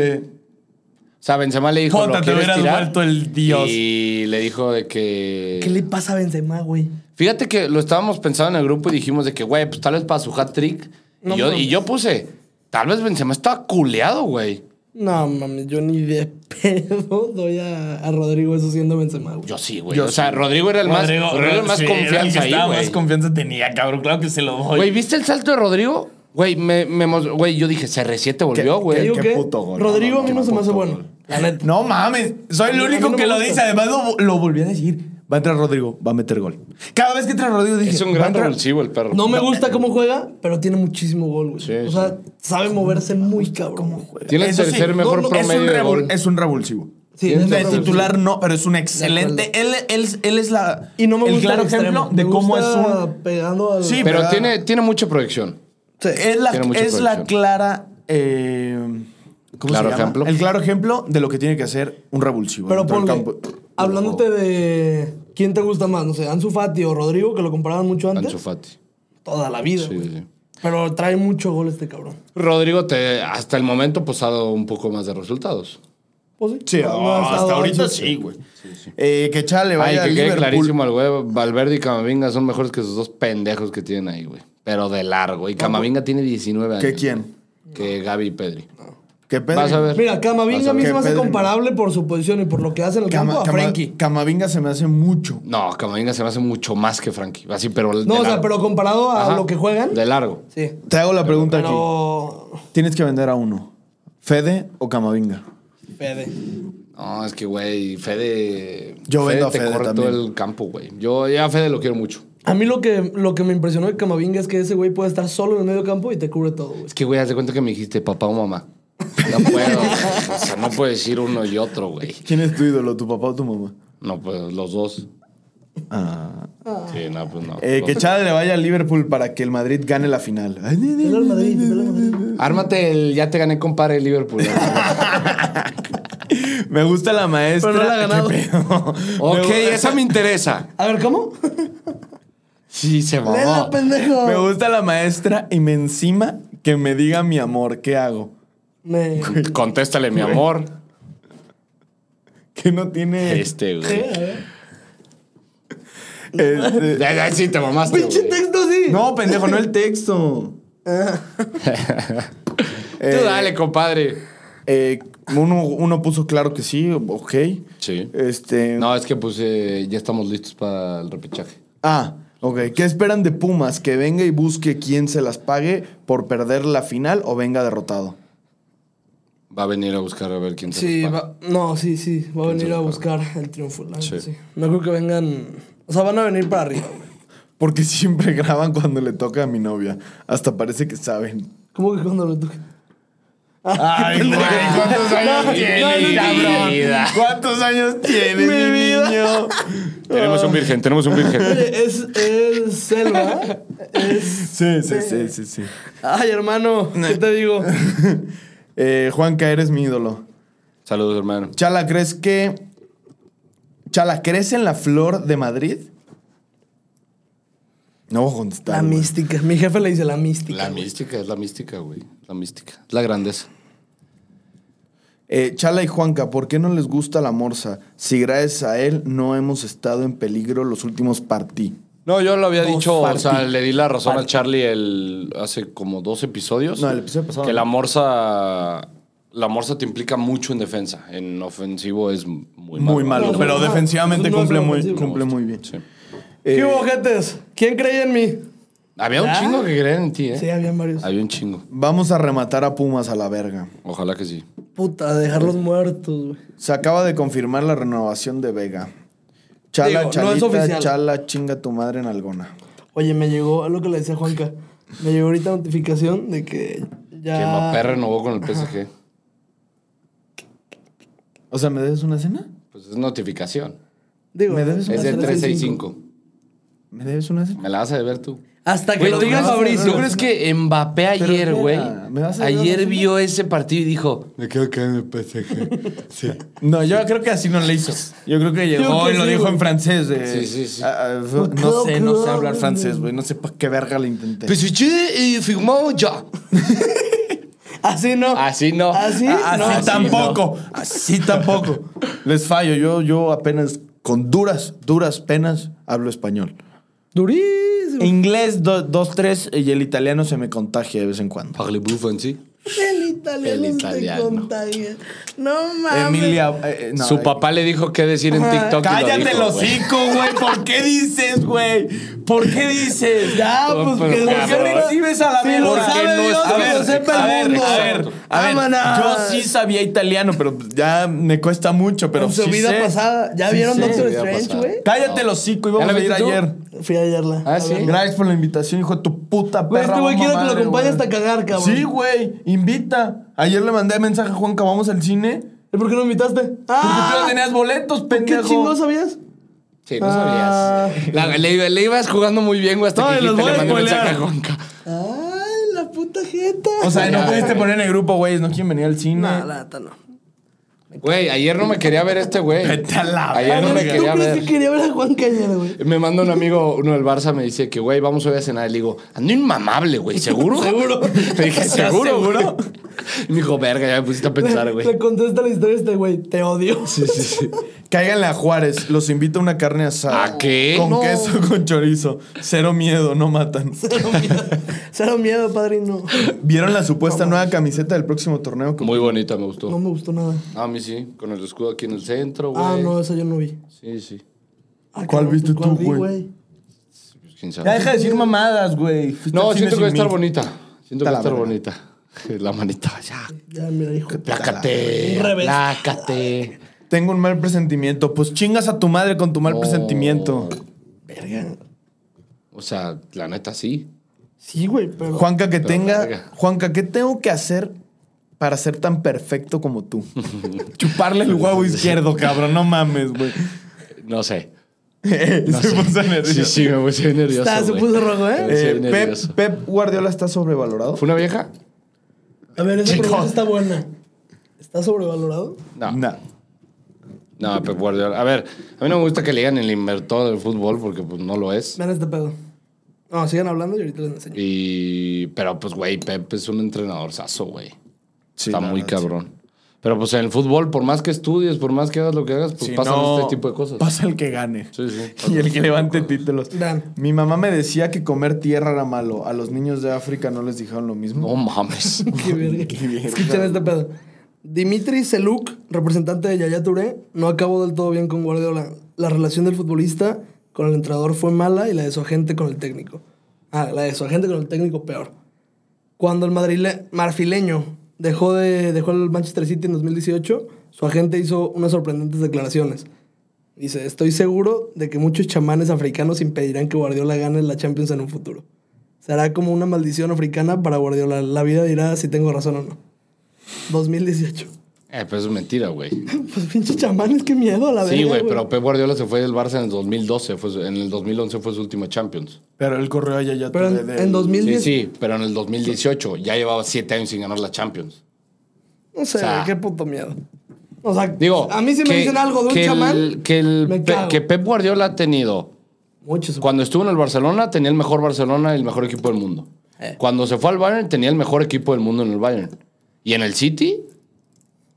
Speaker 2: O sea, Benzema le dijo. ¿lo
Speaker 3: Jota, te
Speaker 2: quieres
Speaker 3: hubieras
Speaker 2: tirar?
Speaker 3: vuelto el dios.
Speaker 2: Y le dijo de que.
Speaker 1: ¿Qué le pasa a Benzema, güey?
Speaker 2: Fíjate que lo estábamos pensando en el grupo y dijimos de que, güey, pues tal vez para su hat trick.
Speaker 1: No
Speaker 2: y, yo,
Speaker 1: mames.
Speaker 2: y yo puse, tal vez Benzema está culeado, güey.
Speaker 1: No, mames, yo ni de pedo doy a, a Rodrigo eso siendo Benzema, güey.
Speaker 2: Yo sí, güey.
Speaker 3: Yo
Speaker 2: O sea,
Speaker 3: sí.
Speaker 2: Rodrigo era el más, Rodrigo era el más
Speaker 4: sí, era el que
Speaker 2: confianza ahí,
Speaker 4: estaba
Speaker 2: güey.
Speaker 4: más confianza tenía, cabrón. Claro que se lo doy.
Speaker 2: Güey, ¿viste el salto de Rodrigo? Güey, me, me emo- güey, yo dije, CR7 volvió,
Speaker 3: ¿Qué-
Speaker 2: güey.
Speaker 1: Digo
Speaker 3: qué
Speaker 1: que
Speaker 3: puto gol,
Speaker 1: Rodrigo
Speaker 3: no,
Speaker 1: a mí
Speaker 3: qué
Speaker 1: no se me hace
Speaker 3: puto
Speaker 1: bueno.
Speaker 3: gol.
Speaker 1: La neta.
Speaker 3: No mames, soy el
Speaker 1: A mí- a mí
Speaker 3: único
Speaker 1: no
Speaker 3: que
Speaker 1: me
Speaker 3: lo
Speaker 1: gusta.
Speaker 3: dice. Además, lo, lo volví a decir. Va a entrar Rodrigo, va a meter gol. Cada vez que entra Rodrigo dije.
Speaker 2: Es un
Speaker 3: va a
Speaker 2: gran
Speaker 3: entrar-
Speaker 2: revulsivo el perro.
Speaker 1: No me gusta cómo juega, pero tiene muchísimo gol, güey.
Speaker 2: Sí,
Speaker 1: o sea, sabe moverse muy cabrón. güey.
Speaker 2: Tiene el
Speaker 3: Eso sí,
Speaker 2: tercer
Speaker 3: no,
Speaker 2: mejor
Speaker 3: no,
Speaker 2: promedio
Speaker 3: es un,
Speaker 2: de
Speaker 3: revul-
Speaker 2: gol.
Speaker 3: es un revulsivo.
Speaker 1: Sí, es un
Speaker 3: de
Speaker 1: revulsivo.
Speaker 3: titular no, pero es un excelente. Él, él, él es la.
Speaker 1: Y no me
Speaker 3: el
Speaker 1: gusta
Speaker 3: claro
Speaker 1: el extremo.
Speaker 3: ejemplo de
Speaker 1: Me
Speaker 3: cómo es
Speaker 1: gusta
Speaker 3: un.
Speaker 1: pegando al
Speaker 3: Sí,
Speaker 2: Pero
Speaker 3: ¿verdad?
Speaker 2: tiene, tiene mucha proyección.
Speaker 3: Es la,
Speaker 2: Tiene mucha
Speaker 3: es la
Speaker 2: proyección.
Speaker 3: clara. eh, ¿Cómo
Speaker 2: Claro
Speaker 3: se llama?
Speaker 2: ejemplo.
Speaker 3: El claro ejemplo de lo que tiene que hacer un revulsivo.
Speaker 1: Pero
Speaker 3: dentro del
Speaker 1: ponle,
Speaker 3: campo.
Speaker 1: hablándote de quién te gusta más, no sé, Ansu Fati o Rodrigo, que lo comparaban mucho antes,
Speaker 2: Ansu Fati.
Speaker 1: toda la vida,
Speaker 2: Sí,
Speaker 1: güey.
Speaker 2: sí.
Speaker 1: Pero trae mucho gol este cabrón.
Speaker 2: Rodrigo te, hasta el momento pues ha dado un poco más de resultados.
Speaker 1: Pues
Speaker 3: Sí,
Speaker 1: No, no,
Speaker 3: ah, hasta
Speaker 1: dado
Speaker 3: ahorita
Speaker 1: eso.
Speaker 3: sí, güey. Eh, que chale,
Speaker 2: Ay,
Speaker 3: vaya
Speaker 2: que
Speaker 3: al
Speaker 2: quede
Speaker 3: Liverpool.
Speaker 2: clarísimo al güey. Valverde y Camavinga son mejores que esos dos pendejos que tienen ahí, güey. Pero de largo. Y Camavinga tiene 19 años.
Speaker 3: ¿Que pues, quién?
Speaker 2: Que Gaby y Pedri.
Speaker 3: ¿Qué pedo?
Speaker 2: Vas a ver.
Speaker 1: Mira,
Speaker 2: Vas a
Speaker 1: Camavinga a mí
Speaker 2: ver.
Speaker 1: se me hace
Speaker 3: Pedri,
Speaker 1: comparable por su posición y por lo que hace en el
Speaker 3: Cama-
Speaker 1: campo a
Speaker 3: Cama-
Speaker 1: Frenkie.
Speaker 3: Camavinga se me hace mucho.
Speaker 2: No, Camavinga se me hace mucho más que Frankie. Así, pero. de
Speaker 1: No, o sea,
Speaker 2: largo.
Speaker 1: pero comparado a
Speaker 2: Ajá.
Speaker 1: lo que juegan,
Speaker 2: De largo.
Speaker 1: sí.
Speaker 3: Te hago la pregunta aquí.
Speaker 1: Pero...
Speaker 3: Tienes que vender a uno. ¿Fede o Camavinga?
Speaker 1: Pede.
Speaker 2: No, es que, güey, Fede.
Speaker 3: Yo vendo a
Speaker 2: te
Speaker 3: Fede
Speaker 2: corre
Speaker 3: también.
Speaker 2: todo el campo, güey. Yo ya a Fede lo quiero mucho.
Speaker 1: A mí lo que, lo que me impresionó de Camavinga es que ese güey puede estar solo en el medio campo y te cubre todo, güey.
Speaker 2: Es que, güey, haz de cuenta que me dijiste papá o mamá. No puedo. o sea, no puedo decir uno y otro, güey.
Speaker 3: ¿Quién es tu ídolo, tu papá o tu mamá? Ah,
Speaker 2: No, pues los dos. Sí, no, pues no.
Speaker 3: Eh,
Speaker 2: Los
Speaker 3: que Chale le vaya al Liverpool para que el Madrid gane la final. Ay, ni, ni,
Speaker 1: Velo al Madrid, velo al Madrid.
Speaker 2: Ármate el ya te gané, compadre, el Liverpool.
Speaker 3: ni. Me gusta la maestra.
Speaker 1: Pero no la ha ganado.
Speaker 3: ¿Qué pedo?
Speaker 2: ok,
Speaker 3: Me gu-
Speaker 2: esa me interesa.
Speaker 1: A ver, ¿cómo?
Speaker 2: Sí, se
Speaker 1: Lela, pues,
Speaker 2: mamó.
Speaker 1: pendejo.
Speaker 3: Me gusta la maestra y me encima que me diga mi amor, ¿qué hago?
Speaker 1: Me-
Speaker 2: Contéstale, mi amor.
Speaker 3: Que no tiene...
Speaker 2: Este,
Speaker 1: ¿Qué?
Speaker 2: güey.
Speaker 1: A ver.
Speaker 3: este-
Speaker 2: Ya, ya, sí, te mamaste.
Speaker 1: Pinche
Speaker 2: güey.
Speaker 1: texto, sí.
Speaker 3: No, pendejo, no el texto.
Speaker 2: Tú dale, compadre.
Speaker 3: Eh, uno, uno puso claro que sí, ok.
Speaker 2: Sí.
Speaker 3: Este.
Speaker 2: No, es que pues eh, ya estamos listos para el repechaje.
Speaker 3: Ah, ok. ¿Qué esperan de Pumas? ¿Que venga y busque quién se las pague por perder la final o venga derrotado?
Speaker 2: Va a venir a buscar a ver quién se
Speaker 1: Sí,
Speaker 2: los paga.
Speaker 1: va- no, sí, sí. Va a venir a
Speaker 2: Entonces,
Speaker 1: buscar el triunfo. la neta,
Speaker 2: Sí.
Speaker 1: sí. No creo que vengan. O sea, van a venir para arriba, güey.
Speaker 3: Porque siempre graban cuando le toca a mi novia. Hasta parece que saben.
Speaker 1: ¿Cómo que cuando lo toque?
Speaker 3: Ay, güey, ¿cuántos
Speaker 1: años tienes,
Speaker 2: cabrón?
Speaker 3: ¿Cuántos años tienes,
Speaker 1: Mi
Speaker 3: mi
Speaker 1: vida.
Speaker 3: niño?
Speaker 2: Tenemos un virgen, tenemos un virgen.
Speaker 1: Oye, es, es selva. Es.
Speaker 3: Sí, sí, sí, sí, sí.
Speaker 1: Ay, hermano, ¿qué te digo?
Speaker 3: Eh, Juanca, eres mi ídolo.
Speaker 2: Saludos, hermano.
Speaker 3: Chala, ¿crees que. Chala, ¿crees en la flor de Madrid? No voy a contestar.
Speaker 1: La
Speaker 3: güey.
Speaker 1: mística. Mi jefe le dice la mística.
Speaker 2: La
Speaker 1: güey.
Speaker 2: mística, es la mística, güey. La mística. La grandeza.
Speaker 3: Eh, Chala y Juanca, ¿por qué no les gusta la morsa? Si gracias a él no hemos estado en peligro los últimos partí.
Speaker 2: No, yo lo había dicho, o sea,
Speaker 3: parti-
Speaker 2: le di la razón a
Speaker 3: parti-
Speaker 2: Charlie el, hace como dos episodios.
Speaker 3: No, el episodio pasado,
Speaker 2: Que
Speaker 3: ¿no?
Speaker 2: la morsa. La morsa te implica mucho en defensa. En ofensivo es muy malo.
Speaker 3: Muy malo,
Speaker 1: No,
Speaker 3: pero
Speaker 1: no,
Speaker 3: defensivamente
Speaker 1: no es
Speaker 3: cumple, muy,
Speaker 1: ofensivo.
Speaker 3: cumple muy bien.
Speaker 2: Sí.
Speaker 3: Eh,
Speaker 1: ¿Qué hubo, jetes? ¿Quién creía en mí?
Speaker 2: Había un
Speaker 1: ¿Ah?
Speaker 2: chingo que creían en ti, ¿eh?
Speaker 1: Sí, habían varios.
Speaker 2: Había un chingo.
Speaker 3: vamos a rematar a Pumas a la verga.
Speaker 2: Ojalá que sí.
Speaker 1: Puta, dejarlos muertos, güey.
Speaker 3: Se acaba de confirmar la renovación de Vega. Chala,
Speaker 1: Digo, no es
Speaker 3: chalita,
Speaker 1: oficial.
Speaker 3: chala, chinga tu madre en alguna.
Speaker 1: Oye, me llegó, es lo que le decía a Juanca. Me llegó ahorita notificación de que ya.
Speaker 2: Que Mbappé renovó con el PSG.
Speaker 3: O sea, ¿me debes una cena?
Speaker 2: Pues es notificación.
Speaker 1: Digo,
Speaker 3: ¿Me debes
Speaker 2: Es
Speaker 3: una
Speaker 2: del
Speaker 3: cena?
Speaker 2: 365.
Speaker 3: ¿Me debes una cena?
Speaker 2: Me la vas a deber tú.
Speaker 1: Hasta que
Speaker 2: Güey,
Speaker 1: lo
Speaker 2: ¿tú
Speaker 1: diga
Speaker 2: crees-
Speaker 1: Fabricio.
Speaker 2: ¿Tú crees que Mbappé ayer,
Speaker 3: espera,
Speaker 2: güey?
Speaker 3: ¿me vas a deber una
Speaker 2: Ayer
Speaker 3: cena?
Speaker 2: vio ese partido y dijo,
Speaker 5: Me quedo acá en el PSG. Sí.
Speaker 3: No, yo creo que así no le hizo. Yo creo que llegó
Speaker 1: creo que
Speaker 3: y lo
Speaker 1: sí,
Speaker 3: dijo
Speaker 1: güey.
Speaker 3: en francés. eh,
Speaker 2: Sí, sí, sí.
Speaker 3: ah, ah, no sé, no sé hablar francés, güey. No sé para qué verga le intenté.
Speaker 2: Pues usted eh, firmó ya.
Speaker 1: Así Ah, no.
Speaker 2: Así no.
Speaker 1: Así,
Speaker 3: Ah,
Speaker 1: no.
Speaker 3: así
Speaker 2: así
Speaker 3: tampoco. Así tampoco. Les fallo. Yo, yo apenas con duras, duras penas hablo español.
Speaker 1: Durísimo.
Speaker 3: Inglés, do- dos, tres, y el italiano se me contagia de vez en cuando.
Speaker 2: Parlez-vous français?
Speaker 1: El italiano,
Speaker 2: El
Speaker 1: se
Speaker 2: italiano.
Speaker 1: contagia. No mames.
Speaker 3: Emilia. eh, eh, no, eh,
Speaker 2: Su papá le dijo qué decir en TikTok. y lo
Speaker 3: Cállate
Speaker 2: dijo,
Speaker 3: el
Speaker 2: güey.
Speaker 3: hocico, güey. ¿Por qué dices, güey? ¿Por qué dices?
Speaker 1: Ya, pues que
Speaker 2: pero cabrón.
Speaker 1: ¿por qué
Speaker 2: Porque
Speaker 1: recibes a la
Speaker 3: Si
Speaker 1: mierda?
Speaker 3: lo
Speaker 2: Porque
Speaker 3: sabe
Speaker 2: no
Speaker 3: Dios,
Speaker 2: está-
Speaker 3: que
Speaker 1: a
Speaker 2: bien.
Speaker 3: lo
Speaker 1: ver,
Speaker 3: sepa
Speaker 1: a
Speaker 3: el
Speaker 1: ver,
Speaker 3: mundo.
Speaker 1: a ver,
Speaker 3: A ver,
Speaker 1: vámonos.
Speaker 3: yo sí sabía italiano, pero ya me cuesta mucho, pero
Speaker 1: en su
Speaker 3: sí
Speaker 1: vida
Speaker 3: sé.
Speaker 1: pasada. ¿Ya
Speaker 3: Sí
Speaker 1: vieron
Speaker 3: sé.
Speaker 1: Doctor
Speaker 2: vida
Speaker 1: Strange,
Speaker 2: pasada.
Speaker 1: güey?
Speaker 3: Cállate los hocico, íbamos
Speaker 2: ¿Ya la
Speaker 3: a ir
Speaker 2: viste tú?
Speaker 3: ayer.
Speaker 1: Fui a verla.
Speaker 2: Ah,
Speaker 1: a
Speaker 2: sí.
Speaker 1: verla.
Speaker 3: Gracias por la invitación, hijo de tu puta
Speaker 1: Güey,
Speaker 3: perra.
Speaker 1: este güey
Speaker 3: mamá
Speaker 1: quiero que lo
Speaker 3: madre,
Speaker 1: acompañe
Speaker 3: güey.
Speaker 1: hasta cagar, cabrón.
Speaker 3: Sí, güey, invita. Ayer le mandé mensaje a Juanca, vamos al cine.
Speaker 1: ¿Y por qué no invitaste?
Speaker 3: Porque
Speaker 1: ¡Ah!
Speaker 3: tú no tenías boletos,
Speaker 1: ¿Qué
Speaker 3: pendejo.
Speaker 1: chingo sabías?
Speaker 2: Sí, no
Speaker 1: Ah.
Speaker 2: sabías. La- le, le ibas jugando muy bien, güey, hasta
Speaker 3: No,
Speaker 2: que
Speaker 3: y los
Speaker 2: Gita le
Speaker 3: voy a
Speaker 2: mandó mensaje a
Speaker 3: spoilear.
Speaker 2: Juanca.
Speaker 1: Ay, la puta jeta.
Speaker 3: O sea,
Speaker 2: Ya,
Speaker 3: no pudiste
Speaker 2: güey.
Speaker 3: poner en el grupo, güey, no quieren venir al cine.
Speaker 1: no, la neta no.
Speaker 2: Güey, ayer no me quería ver este güey.
Speaker 3: Vete a la
Speaker 2: Ayer no
Speaker 1: Ándale,
Speaker 2: me
Speaker 1: ¿Tú
Speaker 2: quería
Speaker 1: crees que
Speaker 2: ver.
Speaker 1: quería ver a Juan Cañera, güey?
Speaker 2: Me manda un amigo, uno del Barça, me dice que, güey, vamos hoy a cenar. Y le digo, ando inmamable, güey, ¿seguro? seguro. Le dije,
Speaker 3: ¿Estás
Speaker 2: ¿seguro,
Speaker 3: seguro?
Speaker 2: seguro? Y me dijo, verga, ya me pusiste a pensar, güey.
Speaker 1: Le contesta la historia a este güey. Te odio.
Speaker 3: Sí, sí, sí. Cáiganle a Juárez, los invito a una carne asada.
Speaker 2: ¿A qué?
Speaker 3: Con
Speaker 2: No.
Speaker 3: queso, con chorizo. Cero miedo, no matan.
Speaker 1: Cero miedo. Cero miedo, padrino.
Speaker 3: ¿Vieron la supuesta nueva camiseta del próximo torneo?
Speaker 2: Muy bonita, me gustó.
Speaker 1: No me gustó nada.
Speaker 2: A mí sí, con el escudo aquí en el centro, güey.
Speaker 1: Ah, no, esa yo no vi.
Speaker 2: Sí, sí.
Speaker 1: Ah,
Speaker 3: ¿Cuál viste
Speaker 1: ¿cuál
Speaker 3: tú,
Speaker 1: vi,
Speaker 3: güey?
Speaker 2: Pues, quién sabe.
Speaker 3: Ya deja de decir mamadas, güey.
Speaker 2: No, siento que va a estar
Speaker 3: bonito.
Speaker 2: bonita. Siento que va
Speaker 3: Está la
Speaker 2: a estar
Speaker 3: verga.
Speaker 2: bonita. La manita, ya.
Speaker 1: Ya, mira, hijo.
Speaker 2: Plácate.
Speaker 1: Revés.
Speaker 2: Plácate.
Speaker 3: Tengo un mal presentimiento. Pues chingas a tu madre con tu mal
Speaker 2: No.
Speaker 3: presentimiento.
Speaker 1: Verga.
Speaker 2: O sea, la neta sí.
Speaker 1: Sí, güey, pero.
Speaker 3: Juanca, que
Speaker 2: Pero
Speaker 3: tenga.
Speaker 2: verga.
Speaker 3: Juanca, ¿qué tengo que hacer para ser tan perfecto como tú? Chuparle el huevo izquierdo, cabrón. No mames, güey.
Speaker 2: No sé.
Speaker 3: Se puso nervioso.
Speaker 2: Sí, sí, me puse nervioso.
Speaker 1: Está, se
Speaker 2: güey.
Speaker 1: puso rojo, ¿eh?
Speaker 2: Me puse
Speaker 3: Eh, Pep,
Speaker 2: nervioso.
Speaker 3: Pep Guardiola está sobrevalorado.
Speaker 2: ¿Fue una vieja?
Speaker 1: A ver, esa
Speaker 3: Chico.
Speaker 1: pregunta está buena. ¿Está sobrevalorado?
Speaker 2: No.
Speaker 3: Nah.
Speaker 2: No, Pep Guardiola. A ver, a mí no me gusta que le digan el inventor del fútbol porque pues no lo es.
Speaker 1: Vean este pedo. No, sigan hablando y ahorita les enseño.
Speaker 2: Y, pero pues, güey, Pep es un entrenador saso, güey.
Speaker 3: Sí,
Speaker 2: Está
Speaker 3: la
Speaker 2: muy
Speaker 3: verdad, sí.
Speaker 2: cabrón. Pero pues en el fútbol, por más que estudies, por más que hagas lo que hagas, pues
Speaker 3: Si
Speaker 2: pasan
Speaker 3: no,
Speaker 2: este tipo de cosas.
Speaker 3: Pasa el que gane.
Speaker 2: Sí, sí.
Speaker 3: Y el que levante títulos.
Speaker 1: Dan.
Speaker 3: Mi mamá me decía que comer tierra era malo. A los niños de África no les dijeron lo mismo.
Speaker 2: No mames.
Speaker 1: Qué verga. Escuchen este pedo. Dimitri Seluk, representante de Yaya Touré, no acabó del todo bien con Guardiola. La relación del futbolista con el entrenador fue mala y la de su agente con el técnico. Ah, la de su agente con el técnico peor. Cuando el madrile- marfileño dejó, de, dejó el Manchester City en 2018, su agente hizo unas sorprendentes declaraciones. Dice, estoy seguro de que muchos chamanes africanos impedirán que Guardiola gane la Champions en un futuro. Será como una maldición africana para Guardiola. La vida dirá si tengo razón o no. 2018.
Speaker 2: Eh, pues es mentira, güey.
Speaker 1: Pues pinche chamanes, qué miedo a la verga,
Speaker 2: Sí, güey, pero Pep Guardiola se fue del Barça en el 2012. Fue, su- en el 2011 fue su última Champions.
Speaker 3: Pero él corrió allá ya
Speaker 1: Pero en, en 2010...
Speaker 2: Sí, sí, pero en el 2018 ya llevaba siete años sin ganar la Champions.
Speaker 1: No sé,
Speaker 2: O sea,
Speaker 1: qué puto miedo. O sea,
Speaker 2: Digo,
Speaker 1: a mí si me
Speaker 2: que-
Speaker 1: dicen algo de un
Speaker 2: que el-
Speaker 1: chamán,
Speaker 2: que, el
Speaker 1: me
Speaker 2: Pe-
Speaker 1: cago.
Speaker 2: que Pep Guardiola ha tenido
Speaker 1: muchos...
Speaker 2: Cuando estuvo en el Barcelona, tenía el mejor Barcelona y el mejor equipo del mundo.
Speaker 1: Eh.
Speaker 2: Cuando se fue al Bayern, tenía el mejor equipo del mundo en el Bayern. Y en el City,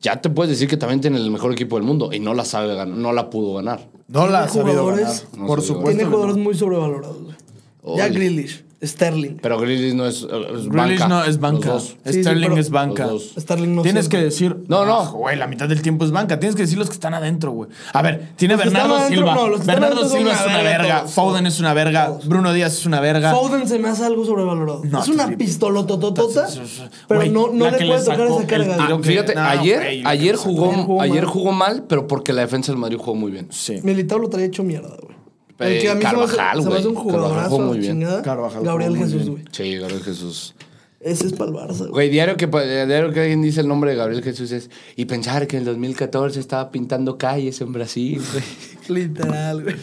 Speaker 2: ya te puedes decir que también tiene el mejor equipo del mundo y no la sabe ganar, no la pudo ganar.
Speaker 3: No la ha sabido ganar.
Speaker 1: jugadores-
Speaker 2: No
Speaker 3: Por
Speaker 2: se dio.
Speaker 3: supuesto.
Speaker 1: Tiene
Speaker 3: que
Speaker 1: jugadores muy sobrevalorados, güey. Ya
Speaker 2: Órale.
Speaker 1: Grealish, Sterling.
Speaker 2: Pero Grealish no es, es banca.
Speaker 3: Grealish no es banca.
Speaker 2: Los dos.
Speaker 1: Sí, sí,
Speaker 3: Sterling
Speaker 1: pero-
Speaker 3: es banca.
Speaker 2: Los dos.
Speaker 1: Sterling no
Speaker 3: Tienes
Speaker 1: siempre.
Speaker 3: que decir.
Speaker 2: No, no.
Speaker 3: "Ah, Güey, la mitad del tiempo es banca. Tienes que decir los que están adentro, güey. A ver, tiene
Speaker 1: que
Speaker 3: Bernardo
Speaker 1: están adentro,
Speaker 3: Silva.
Speaker 1: no, los que están
Speaker 3: Bernardo
Speaker 1: adentro son
Speaker 3: Silva
Speaker 1: una
Speaker 3: es una
Speaker 1: verga
Speaker 3: verga.
Speaker 1: todos.
Speaker 3: Foden es una verga.
Speaker 1: Todos.
Speaker 3: Bruno Díaz es una verga.
Speaker 1: Foden se me hace algo sobrevalorado.
Speaker 3: No,
Speaker 1: es una
Speaker 3: sí.
Speaker 1: pistolototota, pero
Speaker 3: Güey,
Speaker 1: no, no
Speaker 3: la
Speaker 1: le
Speaker 3: que
Speaker 1: puede
Speaker 3: le
Speaker 1: tocar
Speaker 3: sacó
Speaker 1: esa carga.
Speaker 3: el
Speaker 1: güey.
Speaker 3: tiro.
Speaker 2: Aunque, Fíjate,
Speaker 3: no,
Speaker 2: ayer,
Speaker 3: güey, la
Speaker 2: ayer,
Speaker 3: que
Speaker 2: jugó,
Speaker 1: sacaron. Jugó
Speaker 2: ayer
Speaker 1: mal.
Speaker 2: jugó mal, pero porque la defensa del Madrid jugó muy bien.
Speaker 3: Sí.
Speaker 1: Militao lo traía hecho mierda, güey.
Speaker 2: Eh,
Speaker 1: Aunque a mí se me hace-
Speaker 2: Carvajal,
Speaker 1: se me hace un
Speaker 2: güey. Carvajal jugó
Speaker 1: jugadorazo,
Speaker 2: muy
Speaker 1: la
Speaker 2: bien.
Speaker 1: chingada.
Speaker 3: Carvajal jugó
Speaker 1: Gabriel
Speaker 3: muy
Speaker 1: Jesús,
Speaker 3: bien.
Speaker 1: güey.
Speaker 2: Sí, Gabriel Jesús.
Speaker 1: Ese es para el Barça, güey.
Speaker 2: Güey, diario que, eh, diario que alguien dice el nombre de Gabriel Jesús es. Y pensar que en el 2014 estaba pintando calles en Brasil, güey.
Speaker 1: Literal, güey.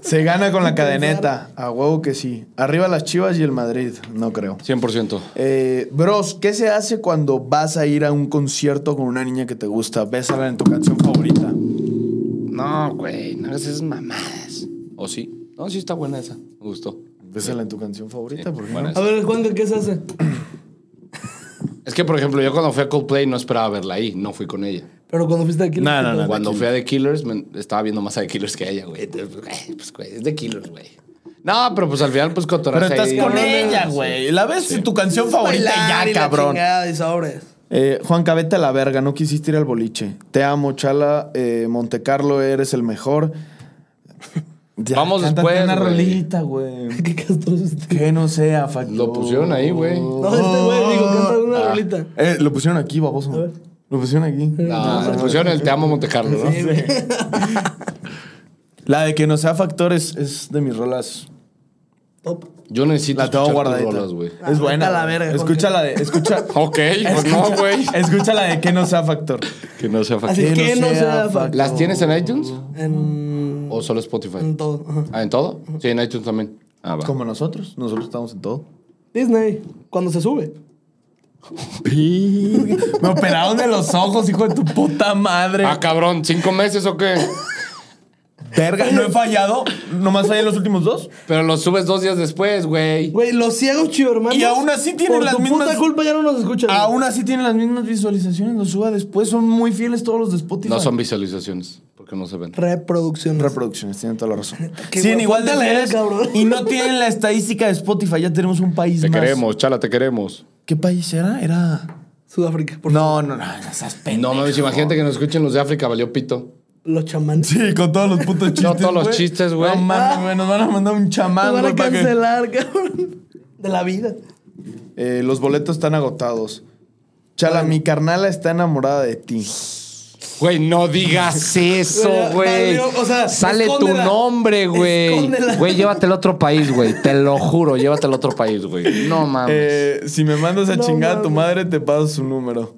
Speaker 3: Se gana con la cadeneta. A huevo que sí. Arriba las chivas y el Madrid. No creo.
Speaker 2: 100%.
Speaker 3: Eh, bros, ¿qué se hace cuando vas a ir a un concierto con una niña que te gusta? Bésala en tu canción favorita.
Speaker 2: No, güey, no hagas esas mamadas. ¿O sí? No, sí está buena esa. Me gustó.
Speaker 3: Bésala en tu canción favorita,
Speaker 2: Sí,
Speaker 3: ¿por qué
Speaker 2: buena
Speaker 3: no?
Speaker 1: A ver, Juanca, ¿qué se hace?
Speaker 2: Es que, por ejemplo, yo cuando fui a Coldplay no esperaba verla ahí. No fui con ella.
Speaker 1: Pero cuando fuiste aquí...
Speaker 3: No, no, no.
Speaker 2: Cuando fui a The Killers, me- estaba viendo más a The Killers que a ella, güey. Entonces, pues, güey, pues, güey, es The Killers, güey. No, pero pues al final, pues
Speaker 3: Pero
Speaker 2: cotorreas
Speaker 3: estás
Speaker 2: ahí.
Speaker 3: con
Speaker 2: Sí.
Speaker 3: ella, güey. La ves en tu canción favorita y
Speaker 1: Bailar
Speaker 3: ya,
Speaker 1: y la
Speaker 3: cabrón.
Speaker 1: chingada y sobres.
Speaker 3: Eh, Juan Cabeta, la verga, no quisiste ir al boliche. Te amo, Chala. Eh, Monte Carlo, eres el mejor. Ya,
Speaker 2: Vamos
Speaker 3: cántate
Speaker 2: después,
Speaker 3: una
Speaker 2: güey.
Speaker 3: rolita, güey.
Speaker 1: Qué castroso es este.
Speaker 3: Que no sea, factor.
Speaker 2: Lo pusieron ahí, güey.
Speaker 1: No, este güey, digo, canta una rolita.
Speaker 3: Eh, lo pusieron aquí, baboso.
Speaker 1: ver.
Speaker 3: Lo pusieron aquí.
Speaker 2: No, se pusieron el Te Amo Monte Carlo, ¿no?
Speaker 1: Sí, güey.
Speaker 3: La de que no sea factor es, es de mis rolas.
Speaker 1: Top.
Speaker 2: Yo necesito
Speaker 3: La tengo
Speaker 2: escuchar tus
Speaker 3: guardadita.
Speaker 2: rolas, güey.
Speaker 1: Ah,
Speaker 3: es
Speaker 1: vete
Speaker 3: buena.
Speaker 1: a la
Speaker 3: güey.
Speaker 1: verga,
Speaker 3: escucha la de. Escucha.
Speaker 2: Ok, pues no, güey.
Speaker 3: escucha la de que no sea factor.
Speaker 2: Que no sea
Speaker 1: Así
Speaker 2: fácil.
Speaker 1: que, no sea factor.
Speaker 2: ¿Las tienes en iTunes
Speaker 1: En,
Speaker 2: o solo Spotify?
Speaker 1: en todo. ajá.
Speaker 2: Ah, ¿en todo? Sí, en iTunes también. Ah, va.
Speaker 3: Como nosotros. Nosotros estamos en todo.
Speaker 1: Disney, cuando se sube.
Speaker 3: Me operaron de los ojos, hijo de tu puta madre.
Speaker 2: Ah, cabrón, ¿cinco meses o qué?
Speaker 3: Verga, no he fallado. Nomás fallé los últimos dos.
Speaker 2: Pero los subes dos días después, güey.
Speaker 1: Güey, los ciegos chido, hermano.
Speaker 3: Y aún así tienen
Speaker 1: por
Speaker 3: las
Speaker 1: tu
Speaker 3: mismas-
Speaker 1: puta culpa ya no nos escuchan. güey.
Speaker 3: Aún así tienen las mismas visualizaciones. Los suba después. Son muy fieles todos los de Spotify.
Speaker 2: No son visualizaciones, porque no se ven.
Speaker 1: Reproducciones.
Speaker 3: Reproducciones, tienen toda la razón.
Speaker 1: Qué
Speaker 3: Siguen
Speaker 1: guapo
Speaker 3: igual de
Speaker 1: te ves,
Speaker 3: leales
Speaker 1: cabrón.
Speaker 3: y no tienen la estadística de Spotify. Ya tenemos un país
Speaker 2: Te
Speaker 3: más.
Speaker 2: queremos, chala, te queremos.
Speaker 3: ¿Qué país era? Era.
Speaker 1: Sudáfrica, por
Speaker 3: No, no, no, no seas pendejo.
Speaker 2: No mames, imagínate que nos escuchen los de África, valió pito.
Speaker 1: Los chamanes.
Speaker 3: Sí, con todos los putos chistes.
Speaker 2: todos los
Speaker 3: güey.
Speaker 2: chistes, güey.
Speaker 3: No mames, güey, nos van a mandar un
Speaker 1: Te
Speaker 3: chamán,
Speaker 1: van
Speaker 3: güey,
Speaker 1: a
Speaker 3: para que-
Speaker 1: cancelar, cabrón. De la vida.
Speaker 3: Eh, los boletos están agotados. Chala, mi carnala está enamorada de ti.
Speaker 2: Güey, no digas eso, güey.
Speaker 1: valió, o sea,
Speaker 2: Sale tu
Speaker 1: escóndela.
Speaker 2: nombre, güey.
Speaker 1: Escóndela.
Speaker 2: Güey, llévatelo a otro país, güey. Te lo juro, llévatelo a otro país, güey. No mames.
Speaker 3: Eh, si me mandas a
Speaker 1: No
Speaker 3: chingar a tu
Speaker 1: mames.
Speaker 3: madre, te paso su número.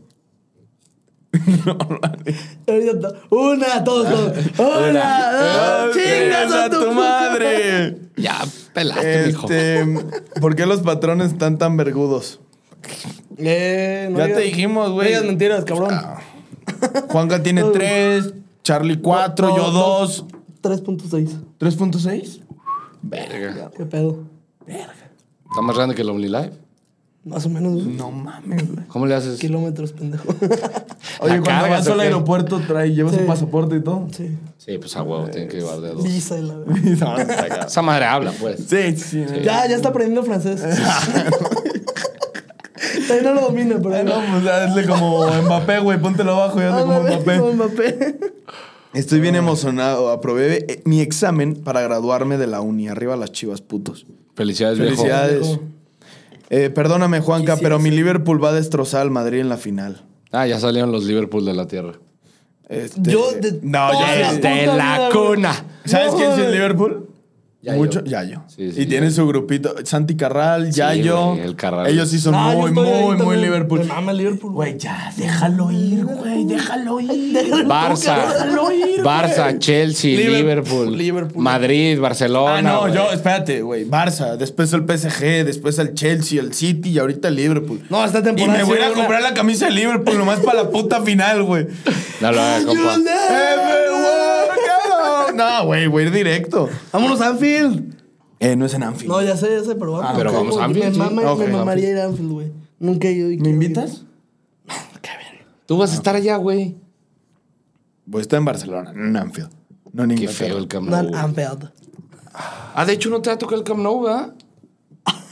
Speaker 1: Ahorita to- Una, todos, todos.
Speaker 3: Ah,
Speaker 1: Una, dos, Ah, chingas a tu madre.
Speaker 2: Ya pelaste, mijo.
Speaker 3: Este, ¿Por qué los patrones están tan vergudos?
Speaker 1: Eh, no
Speaker 3: Ya
Speaker 1: digas-
Speaker 3: te dijimos, güey. Ah.
Speaker 1: No digas mentiras, cabrón.
Speaker 3: Juanca tiene
Speaker 1: No.
Speaker 3: 3, Charlie 4,
Speaker 1: No,
Speaker 3: yo
Speaker 1: no.
Speaker 3: 2.
Speaker 1: 3.6.
Speaker 3: ¿3.6?
Speaker 2: Verga.
Speaker 1: ¿Qué pedo?
Speaker 2: Está más grande que el OmniLive.
Speaker 1: Más o menos, güey.
Speaker 3: No mames, güey.
Speaker 2: ¿Cómo le haces?
Speaker 1: Kilómetros, pendejo.
Speaker 3: Oye,
Speaker 2: La
Speaker 3: cuando
Speaker 2: cargas,
Speaker 3: vas al
Speaker 2: ¿o qué?
Speaker 3: aeropuerto, trae, llevas
Speaker 1: Sí.
Speaker 3: un pasaporte y todo.
Speaker 1: sí.
Speaker 2: Sí, pues a huevo, tiene que llevar de a dos.
Speaker 1: Visa y la verdad.
Speaker 3: No, está cabrón.
Speaker 2: Esa madre habla, pues.
Speaker 3: sí, sí, sí.
Speaker 1: Ya, ya está aprendiendo francés. Todavía no lo domina, pero ahí
Speaker 3: Ah. Ay, No,
Speaker 1: va.
Speaker 3: pues hazle como Mbappé, güey. Póntelo abajo y hazle como
Speaker 1: Ándale,
Speaker 3: Mbappé.
Speaker 1: como Mbappé.
Speaker 3: Estoy bien emocionado. Aprobé eh, mi examen para graduarme de la uni. Arriba las chivas putos.
Speaker 2: Felicidades, viejo.
Speaker 3: Felicidades.
Speaker 1: Viejo.
Speaker 3: Eh, perdóname, Juanca,
Speaker 1: Quisiera
Speaker 3: pero mi
Speaker 1: ser-
Speaker 3: Liverpool va a destrozar al Madrid en la final.
Speaker 2: Ah, ya salieron los Liverpool de la tierra.
Speaker 3: Este-
Speaker 1: Yo de-
Speaker 3: No,
Speaker 1: toda
Speaker 3: ya.
Speaker 1: la
Speaker 3: este-
Speaker 1: puta
Speaker 2: De la
Speaker 1: vida, güey.
Speaker 2: cuna.
Speaker 3: ¿Sabes quién es el
Speaker 1: güey.
Speaker 3: Liverpool?
Speaker 2: Yayo.
Speaker 3: Mucho, Yayo.
Speaker 2: Sí, sí,
Speaker 3: y tiene
Speaker 2: Yayo.
Speaker 3: su grupito. Santi Carral, Yayo.
Speaker 2: güey, el Carral.
Speaker 3: Ellos sí son
Speaker 1: Ah, yo
Speaker 3: muy,
Speaker 1: estoy ahí
Speaker 3: muy, muy
Speaker 1: también.
Speaker 3: Liverpool.
Speaker 1: Me mama el Liverpool.
Speaker 3: Güey, ya, déjalo ir, güey. Déjalo ir.
Speaker 2: Barça. Barça, Chelsea,
Speaker 3: Liverpool,
Speaker 2: Liverpool,
Speaker 1: Liverpool.
Speaker 2: Madrid, Barcelona.
Speaker 3: Ah, no,
Speaker 2: güey.
Speaker 3: yo, espérate, güey. Barça, después el PSG, después el Chelsea, el City y ahorita el Liverpool.
Speaker 1: No, esta
Speaker 3: y
Speaker 1: temporada.
Speaker 3: me voy a ir a comprar la camisa de Liverpool nomás para la puta final, güey.
Speaker 2: No lo hagas, compa.
Speaker 3: Everyone, No, güey, voy a ir directo.
Speaker 1: Vámonos a Anfield.
Speaker 3: Eh, no es en Anfield.
Speaker 1: No, ya sé, ya sé, pero vamos.
Speaker 2: Ah, Pero vamos a Anfield,
Speaker 1: Me,
Speaker 2: sí.
Speaker 1: mama-
Speaker 3: Ok.
Speaker 1: me mamaría ir a Anfield, güey. Nunca he ido. y
Speaker 3: ¿Me
Speaker 1: quiero ir.
Speaker 3: invitas?
Speaker 1: Qué verga.
Speaker 2: Tú vas a estar allá, güey.
Speaker 3: Voy a estar en Barcelona, no en Anfield. No en
Speaker 2: Qué
Speaker 3: Inglaterra.
Speaker 2: feo el Camp
Speaker 1: Dan
Speaker 2: Nou.
Speaker 1: Anfield.
Speaker 2: Ah, de hecho no te ha tocado el Camp Nou, ¿verdad?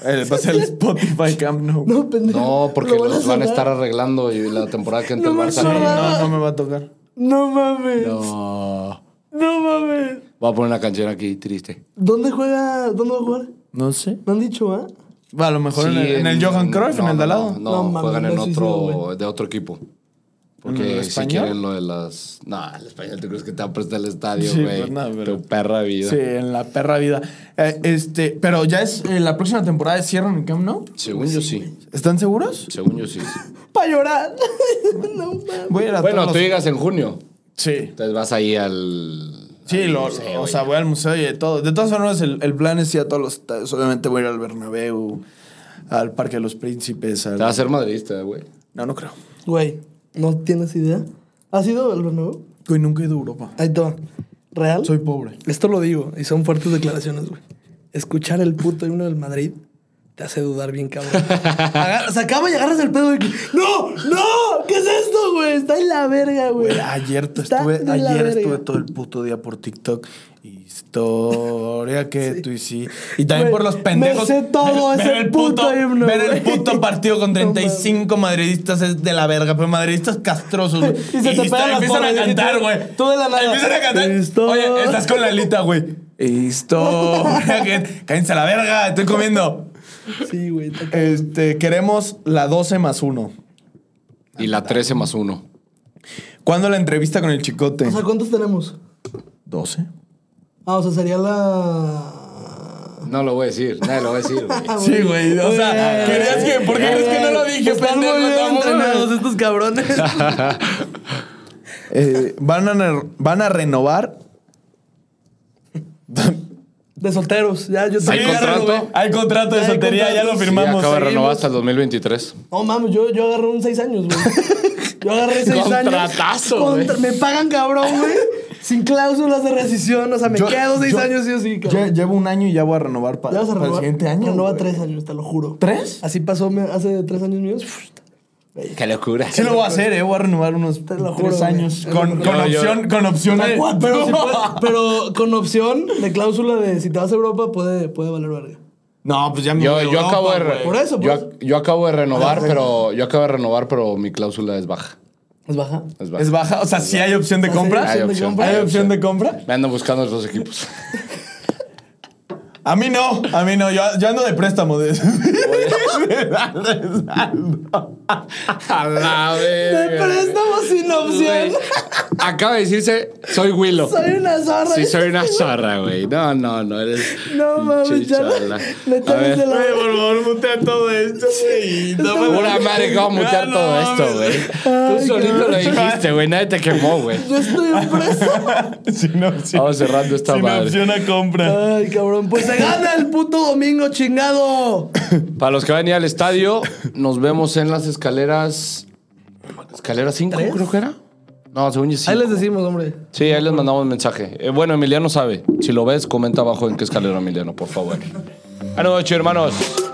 Speaker 3: Eh, va a ser el Spotify Camp Nou. No,
Speaker 1: No, pendejo.
Speaker 2: No, porque
Speaker 1: Lo
Speaker 2: los van a estar
Speaker 1: cerrar.
Speaker 2: arreglando y la temporada que entra
Speaker 1: No
Speaker 2: el
Speaker 1: me
Speaker 2: Barça.
Speaker 1: acordaba.
Speaker 3: Eh, no, no me va a tocar.
Speaker 1: No mames. No,
Speaker 2: No.
Speaker 1: mames.
Speaker 2: Voy a poner una canción aquí triste.
Speaker 1: ¿Dónde juega? ¿Dónde va a jugar?
Speaker 3: No sé.
Speaker 1: ¿Me han dicho, ah?
Speaker 3: Va, a lo mejor en,
Speaker 2: Sí,
Speaker 3: el, en el Johan Cruyff,
Speaker 2: no,
Speaker 3: en el de al
Speaker 2: no,
Speaker 3: lado.
Speaker 2: No, no,
Speaker 1: No,
Speaker 2: juegan
Speaker 1: mames,
Speaker 2: en
Speaker 1: me suicido,
Speaker 2: otro,
Speaker 1: güey.
Speaker 2: de otro equipo.
Speaker 3: ¿En el
Speaker 2: Porque si
Speaker 3: español?
Speaker 2: quieren lo de las. No, el español te crees que te va a prestar el estadio,
Speaker 3: Sí,
Speaker 2: güey.
Speaker 3: pues no, pero-
Speaker 2: Tu perra vida.
Speaker 3: Sí, en la perra vida. Eh, este, pero ya es eh, la próxima temporada cierran el Camp Nou.
Speaker 2: Según yo sí.
Speaker 3: ¿Están seguros?
Speaker 2: Según yo sí.
Speaker 1: Para llorar. no mames.
Speaker 3: Voy a ir a
Speaker 2: Bueno,
Speaker 3: todos
Speaker 2: tú
Speaker 3: los-
Speaker 2: llegas en junio.
Speaker 3: Sí.
Speaker 2: Entonces vas ahí al.
Speaker 3: Sí,
Speaker 2: al
Speaker 3: lo,
Speaker 2: museo
Speaker 3: o
Speaker 2: y-
Speaker 3: sea, voy al museo y de todo. De todas formas, el, el plan es ir a todos los estadios. Obviamente voy a ir al Bernabéu, al Parque de los Príncipes. al-
Speaker 2: Te vas a ser madridista, güey.
Speaker 3: No, no creo.
Speaker 1: Güey, ¿no tienes idea? ¿Has ido al Bernabéu?
Speaker 3: Güey, nunca he ido a Europa.
Speaker 1: Ahí te va. ¿Real?
Speaker 3: Soy pobre.
Speaker 1: Esto lo digo, y son fuertes declaraciones, güey. Escuchar el puto himno del Madrid te hace dudar bien, cabrón. Agar- o sea, acaba y agarras el pedo y... ¡No! ¡No! ¿Qué es esto, güey? Está en la verga, güey.
Speaker 3: Güey, ayer te
Speaker 1: Pues, Está
Speaker 3: estuve,
Speaker 1: de la
Speaker 3: ayer
Speaker 1: verga.
Speaker 3: estuve todo el puto día por TikTok. Historia que tú hiciste. Y también
Speaker 1: Güey,
Speaker 3: por los pendejos.
Speaker 1: me sé todo ese puto himno,
Speaker 3: Ver el
Speaker 1: güey.
Speaker 3: puto partido con
Speaker 1: No
Speaker 3: 35 madridistas es de la verga, pero madridistas castrosos. güey.
Speaker 1: Y se te
Speaker 3: está-
Speaker 1: pegan las
Speaker 3: Empiezan a
Speaker 1: porras, y
Speaker 3: cantar,
Speaker 1: tú-
Speaker 3: güey.
Speaker 1: tú de la nada.
Speaker 3: Empiezan a cantar.
Speaker 1: Listo.
Speaker 3: Oye, estás con la lita, güey. Historia que. Cállense a la verga, estoy comiendo.
Speaker 1: Sí, güey. está ca-
Speaker 3: Este, queremos la 12 más 1.
Speaker 2: Y la 13 más 1.
Speaker 3: ¿Cuándo la entrevista con el chicote?
Speaker 1: O sea, ¿cuántos tenemos?
Speaker 3: 12.
Speaker 1: Ah, o sea, sería la...
Speaker 2: No lo voy a decir, nadie lo va a decir, güey.
Speaker 3: Sí, güey. O sea,
Speaker 1: Ah, Güey.
Speaker 3: querías que. ¿Por qué
Speaker 1: Güey.
Speaker 3: crees que no lo dije,
Speaker 1: Están muy
Speaker 3: pendejo?
Speaker 1: bien
Speaker 3: Tampoco, güey.
Speaker 1: entrenados estos cabrones.
Speaker 3: Eh, van, a, ne- van a renovar.
Speaker 1: De solteros. Ya, yo
Speaker 2: ¿Hay
Speaker 1: también ya
Speaker 2: contrato?
Speaker 1: renové.
Speaker 3: Hay contrato de
Speaker 1: Hay
Speaker 3: soltería, ya lo
Speaker 1: contrato.
Speaker 2: Sí,
Speaker 3: firmamos.
Speaker 2: acaba de renovar
Speaker 3: Seguimos.
Speaker 2: hasta el 2023.
Speaker 1: No mames, yo, yo agarré un 6 años, güey. Yo agarré 6 años.
Speaker 2: Contratazo, güey.
Speaker 1: Contra- Me pagan cabrón, güey. Sin cláusulas de rescisión. O sea, me
Speaker 3: Yo-
Speaker 1: quedo 6
Speaker 3: yo-
Speaker 1: años sí o sí,
Speaker 3: Lle-
Speaker 1: cabrón.
Speaker 3: llevo un año y ya voy a renovar pa-
Speaker 1: ¿Ya vas a
Speaker 3: para el
Speaker 1: renovar?
Speaker 3: siguiente año.
Speaker 1: Renova
Speaker 3: güey.
Speaker 1: 3 años, te lo juro.
Speaker 3: ¿Tres?
Speaker 1: Así pasó me- hace 3 años míos.
Speaker 2: Qué locura.
Speaker 3: Sí lo voy a hacer, eh. Voy a renovar unos
Speaker 1: Te lo juro,
Speaker 3: tres
Speaker 1: güey.
Speaker 3: años.
Speaker 1: Te lo
Speaker 3: Con,
Speaker 1: juro.
Speaker 3: con
Speaker 2: No, yo-
Speaker 3: opción, con opción de-
Speaker 1: Pero, si puedes- pero con opción de cláusula de si te vas a Europa puede, puede valer verga.
Speaker 3: No, pues ya me
Speaker 2: Yo,
Speaker 3: voy a
Speaker 2: yo acabo de
Speaker 3: Europa,
Speaker 2: re-
Speaker 3: güey.
Speaker 1: Por eso,
Speaker 2: yo, yo acabo de
Speaker 1: Ah,
Speaker 2: renovar, pero yo acabo de renovar, pero mi cláusula es baja.
Speaker 1: Es baja.
Speaker 2: Es baja.
Speaker 3: Es baja. O sea, si hay opción de compra.
Speaker 2: Hay opción.
Speaker 3: ¿Hay opción de compra?
Speaker 2: Me andan buscando los dos equipos.
Speaker 3: A mí no, a mí no. Yo, yo ando de préstamo. De...
Speaker 2: A la
Speaker 1: Te
Speaker 2: verga.
Speaker 1: préstamo sin opción.
Speaker 2: Güey, Acaba de decirse, soy Willow.
Speaker 1: Soy una zorra.
Speaker 2: Sí, soy una zorra, güey. No, no, no. Eres
Speaker 1: No mames, ya.
Speaker 2: chichala.
Speaker 1: Me
Speaker 2: A ver.
Speaker 1: traes de la.
Speaker 3: favor, mutea todo esto, güey.
Speaker 2: Pura madre, ¿cómo mutear
Speaker 3: Ya, no
Speaker 2: todo esto,
Speaker 3: mames.
Speaker 2: güey? Tú solito lo dijiste, güey. Nadie te quemó, güey.
Speaker 1: Yo estoy en presa.
Speaker 3: Sin opción.
Speaker 2: Vamos cerrando esta
Speaker 3: Sin
Speaker 2: madre.
Speaker 3: opción a compra.
Speaker 1: Ay, cabrón, pues se gana el puto domingo, chingado.
Speaker 2: Para los que van a ir al estadio, nos vemos en las escaleras. Escalera 5,
Speaker 1: ¿Tres?
Speaker 2: creo que era. No, según yo sí.
Speaker 1: Ahí les decimos, hombre.
Speaker 2: Sí, ahí les mandamos un mensaje. Eh, bueno, Emiliano sabe. Si lo ves, comenta abajo en qué escalera, Emiliano, por favor. Buenas noches, hermanos.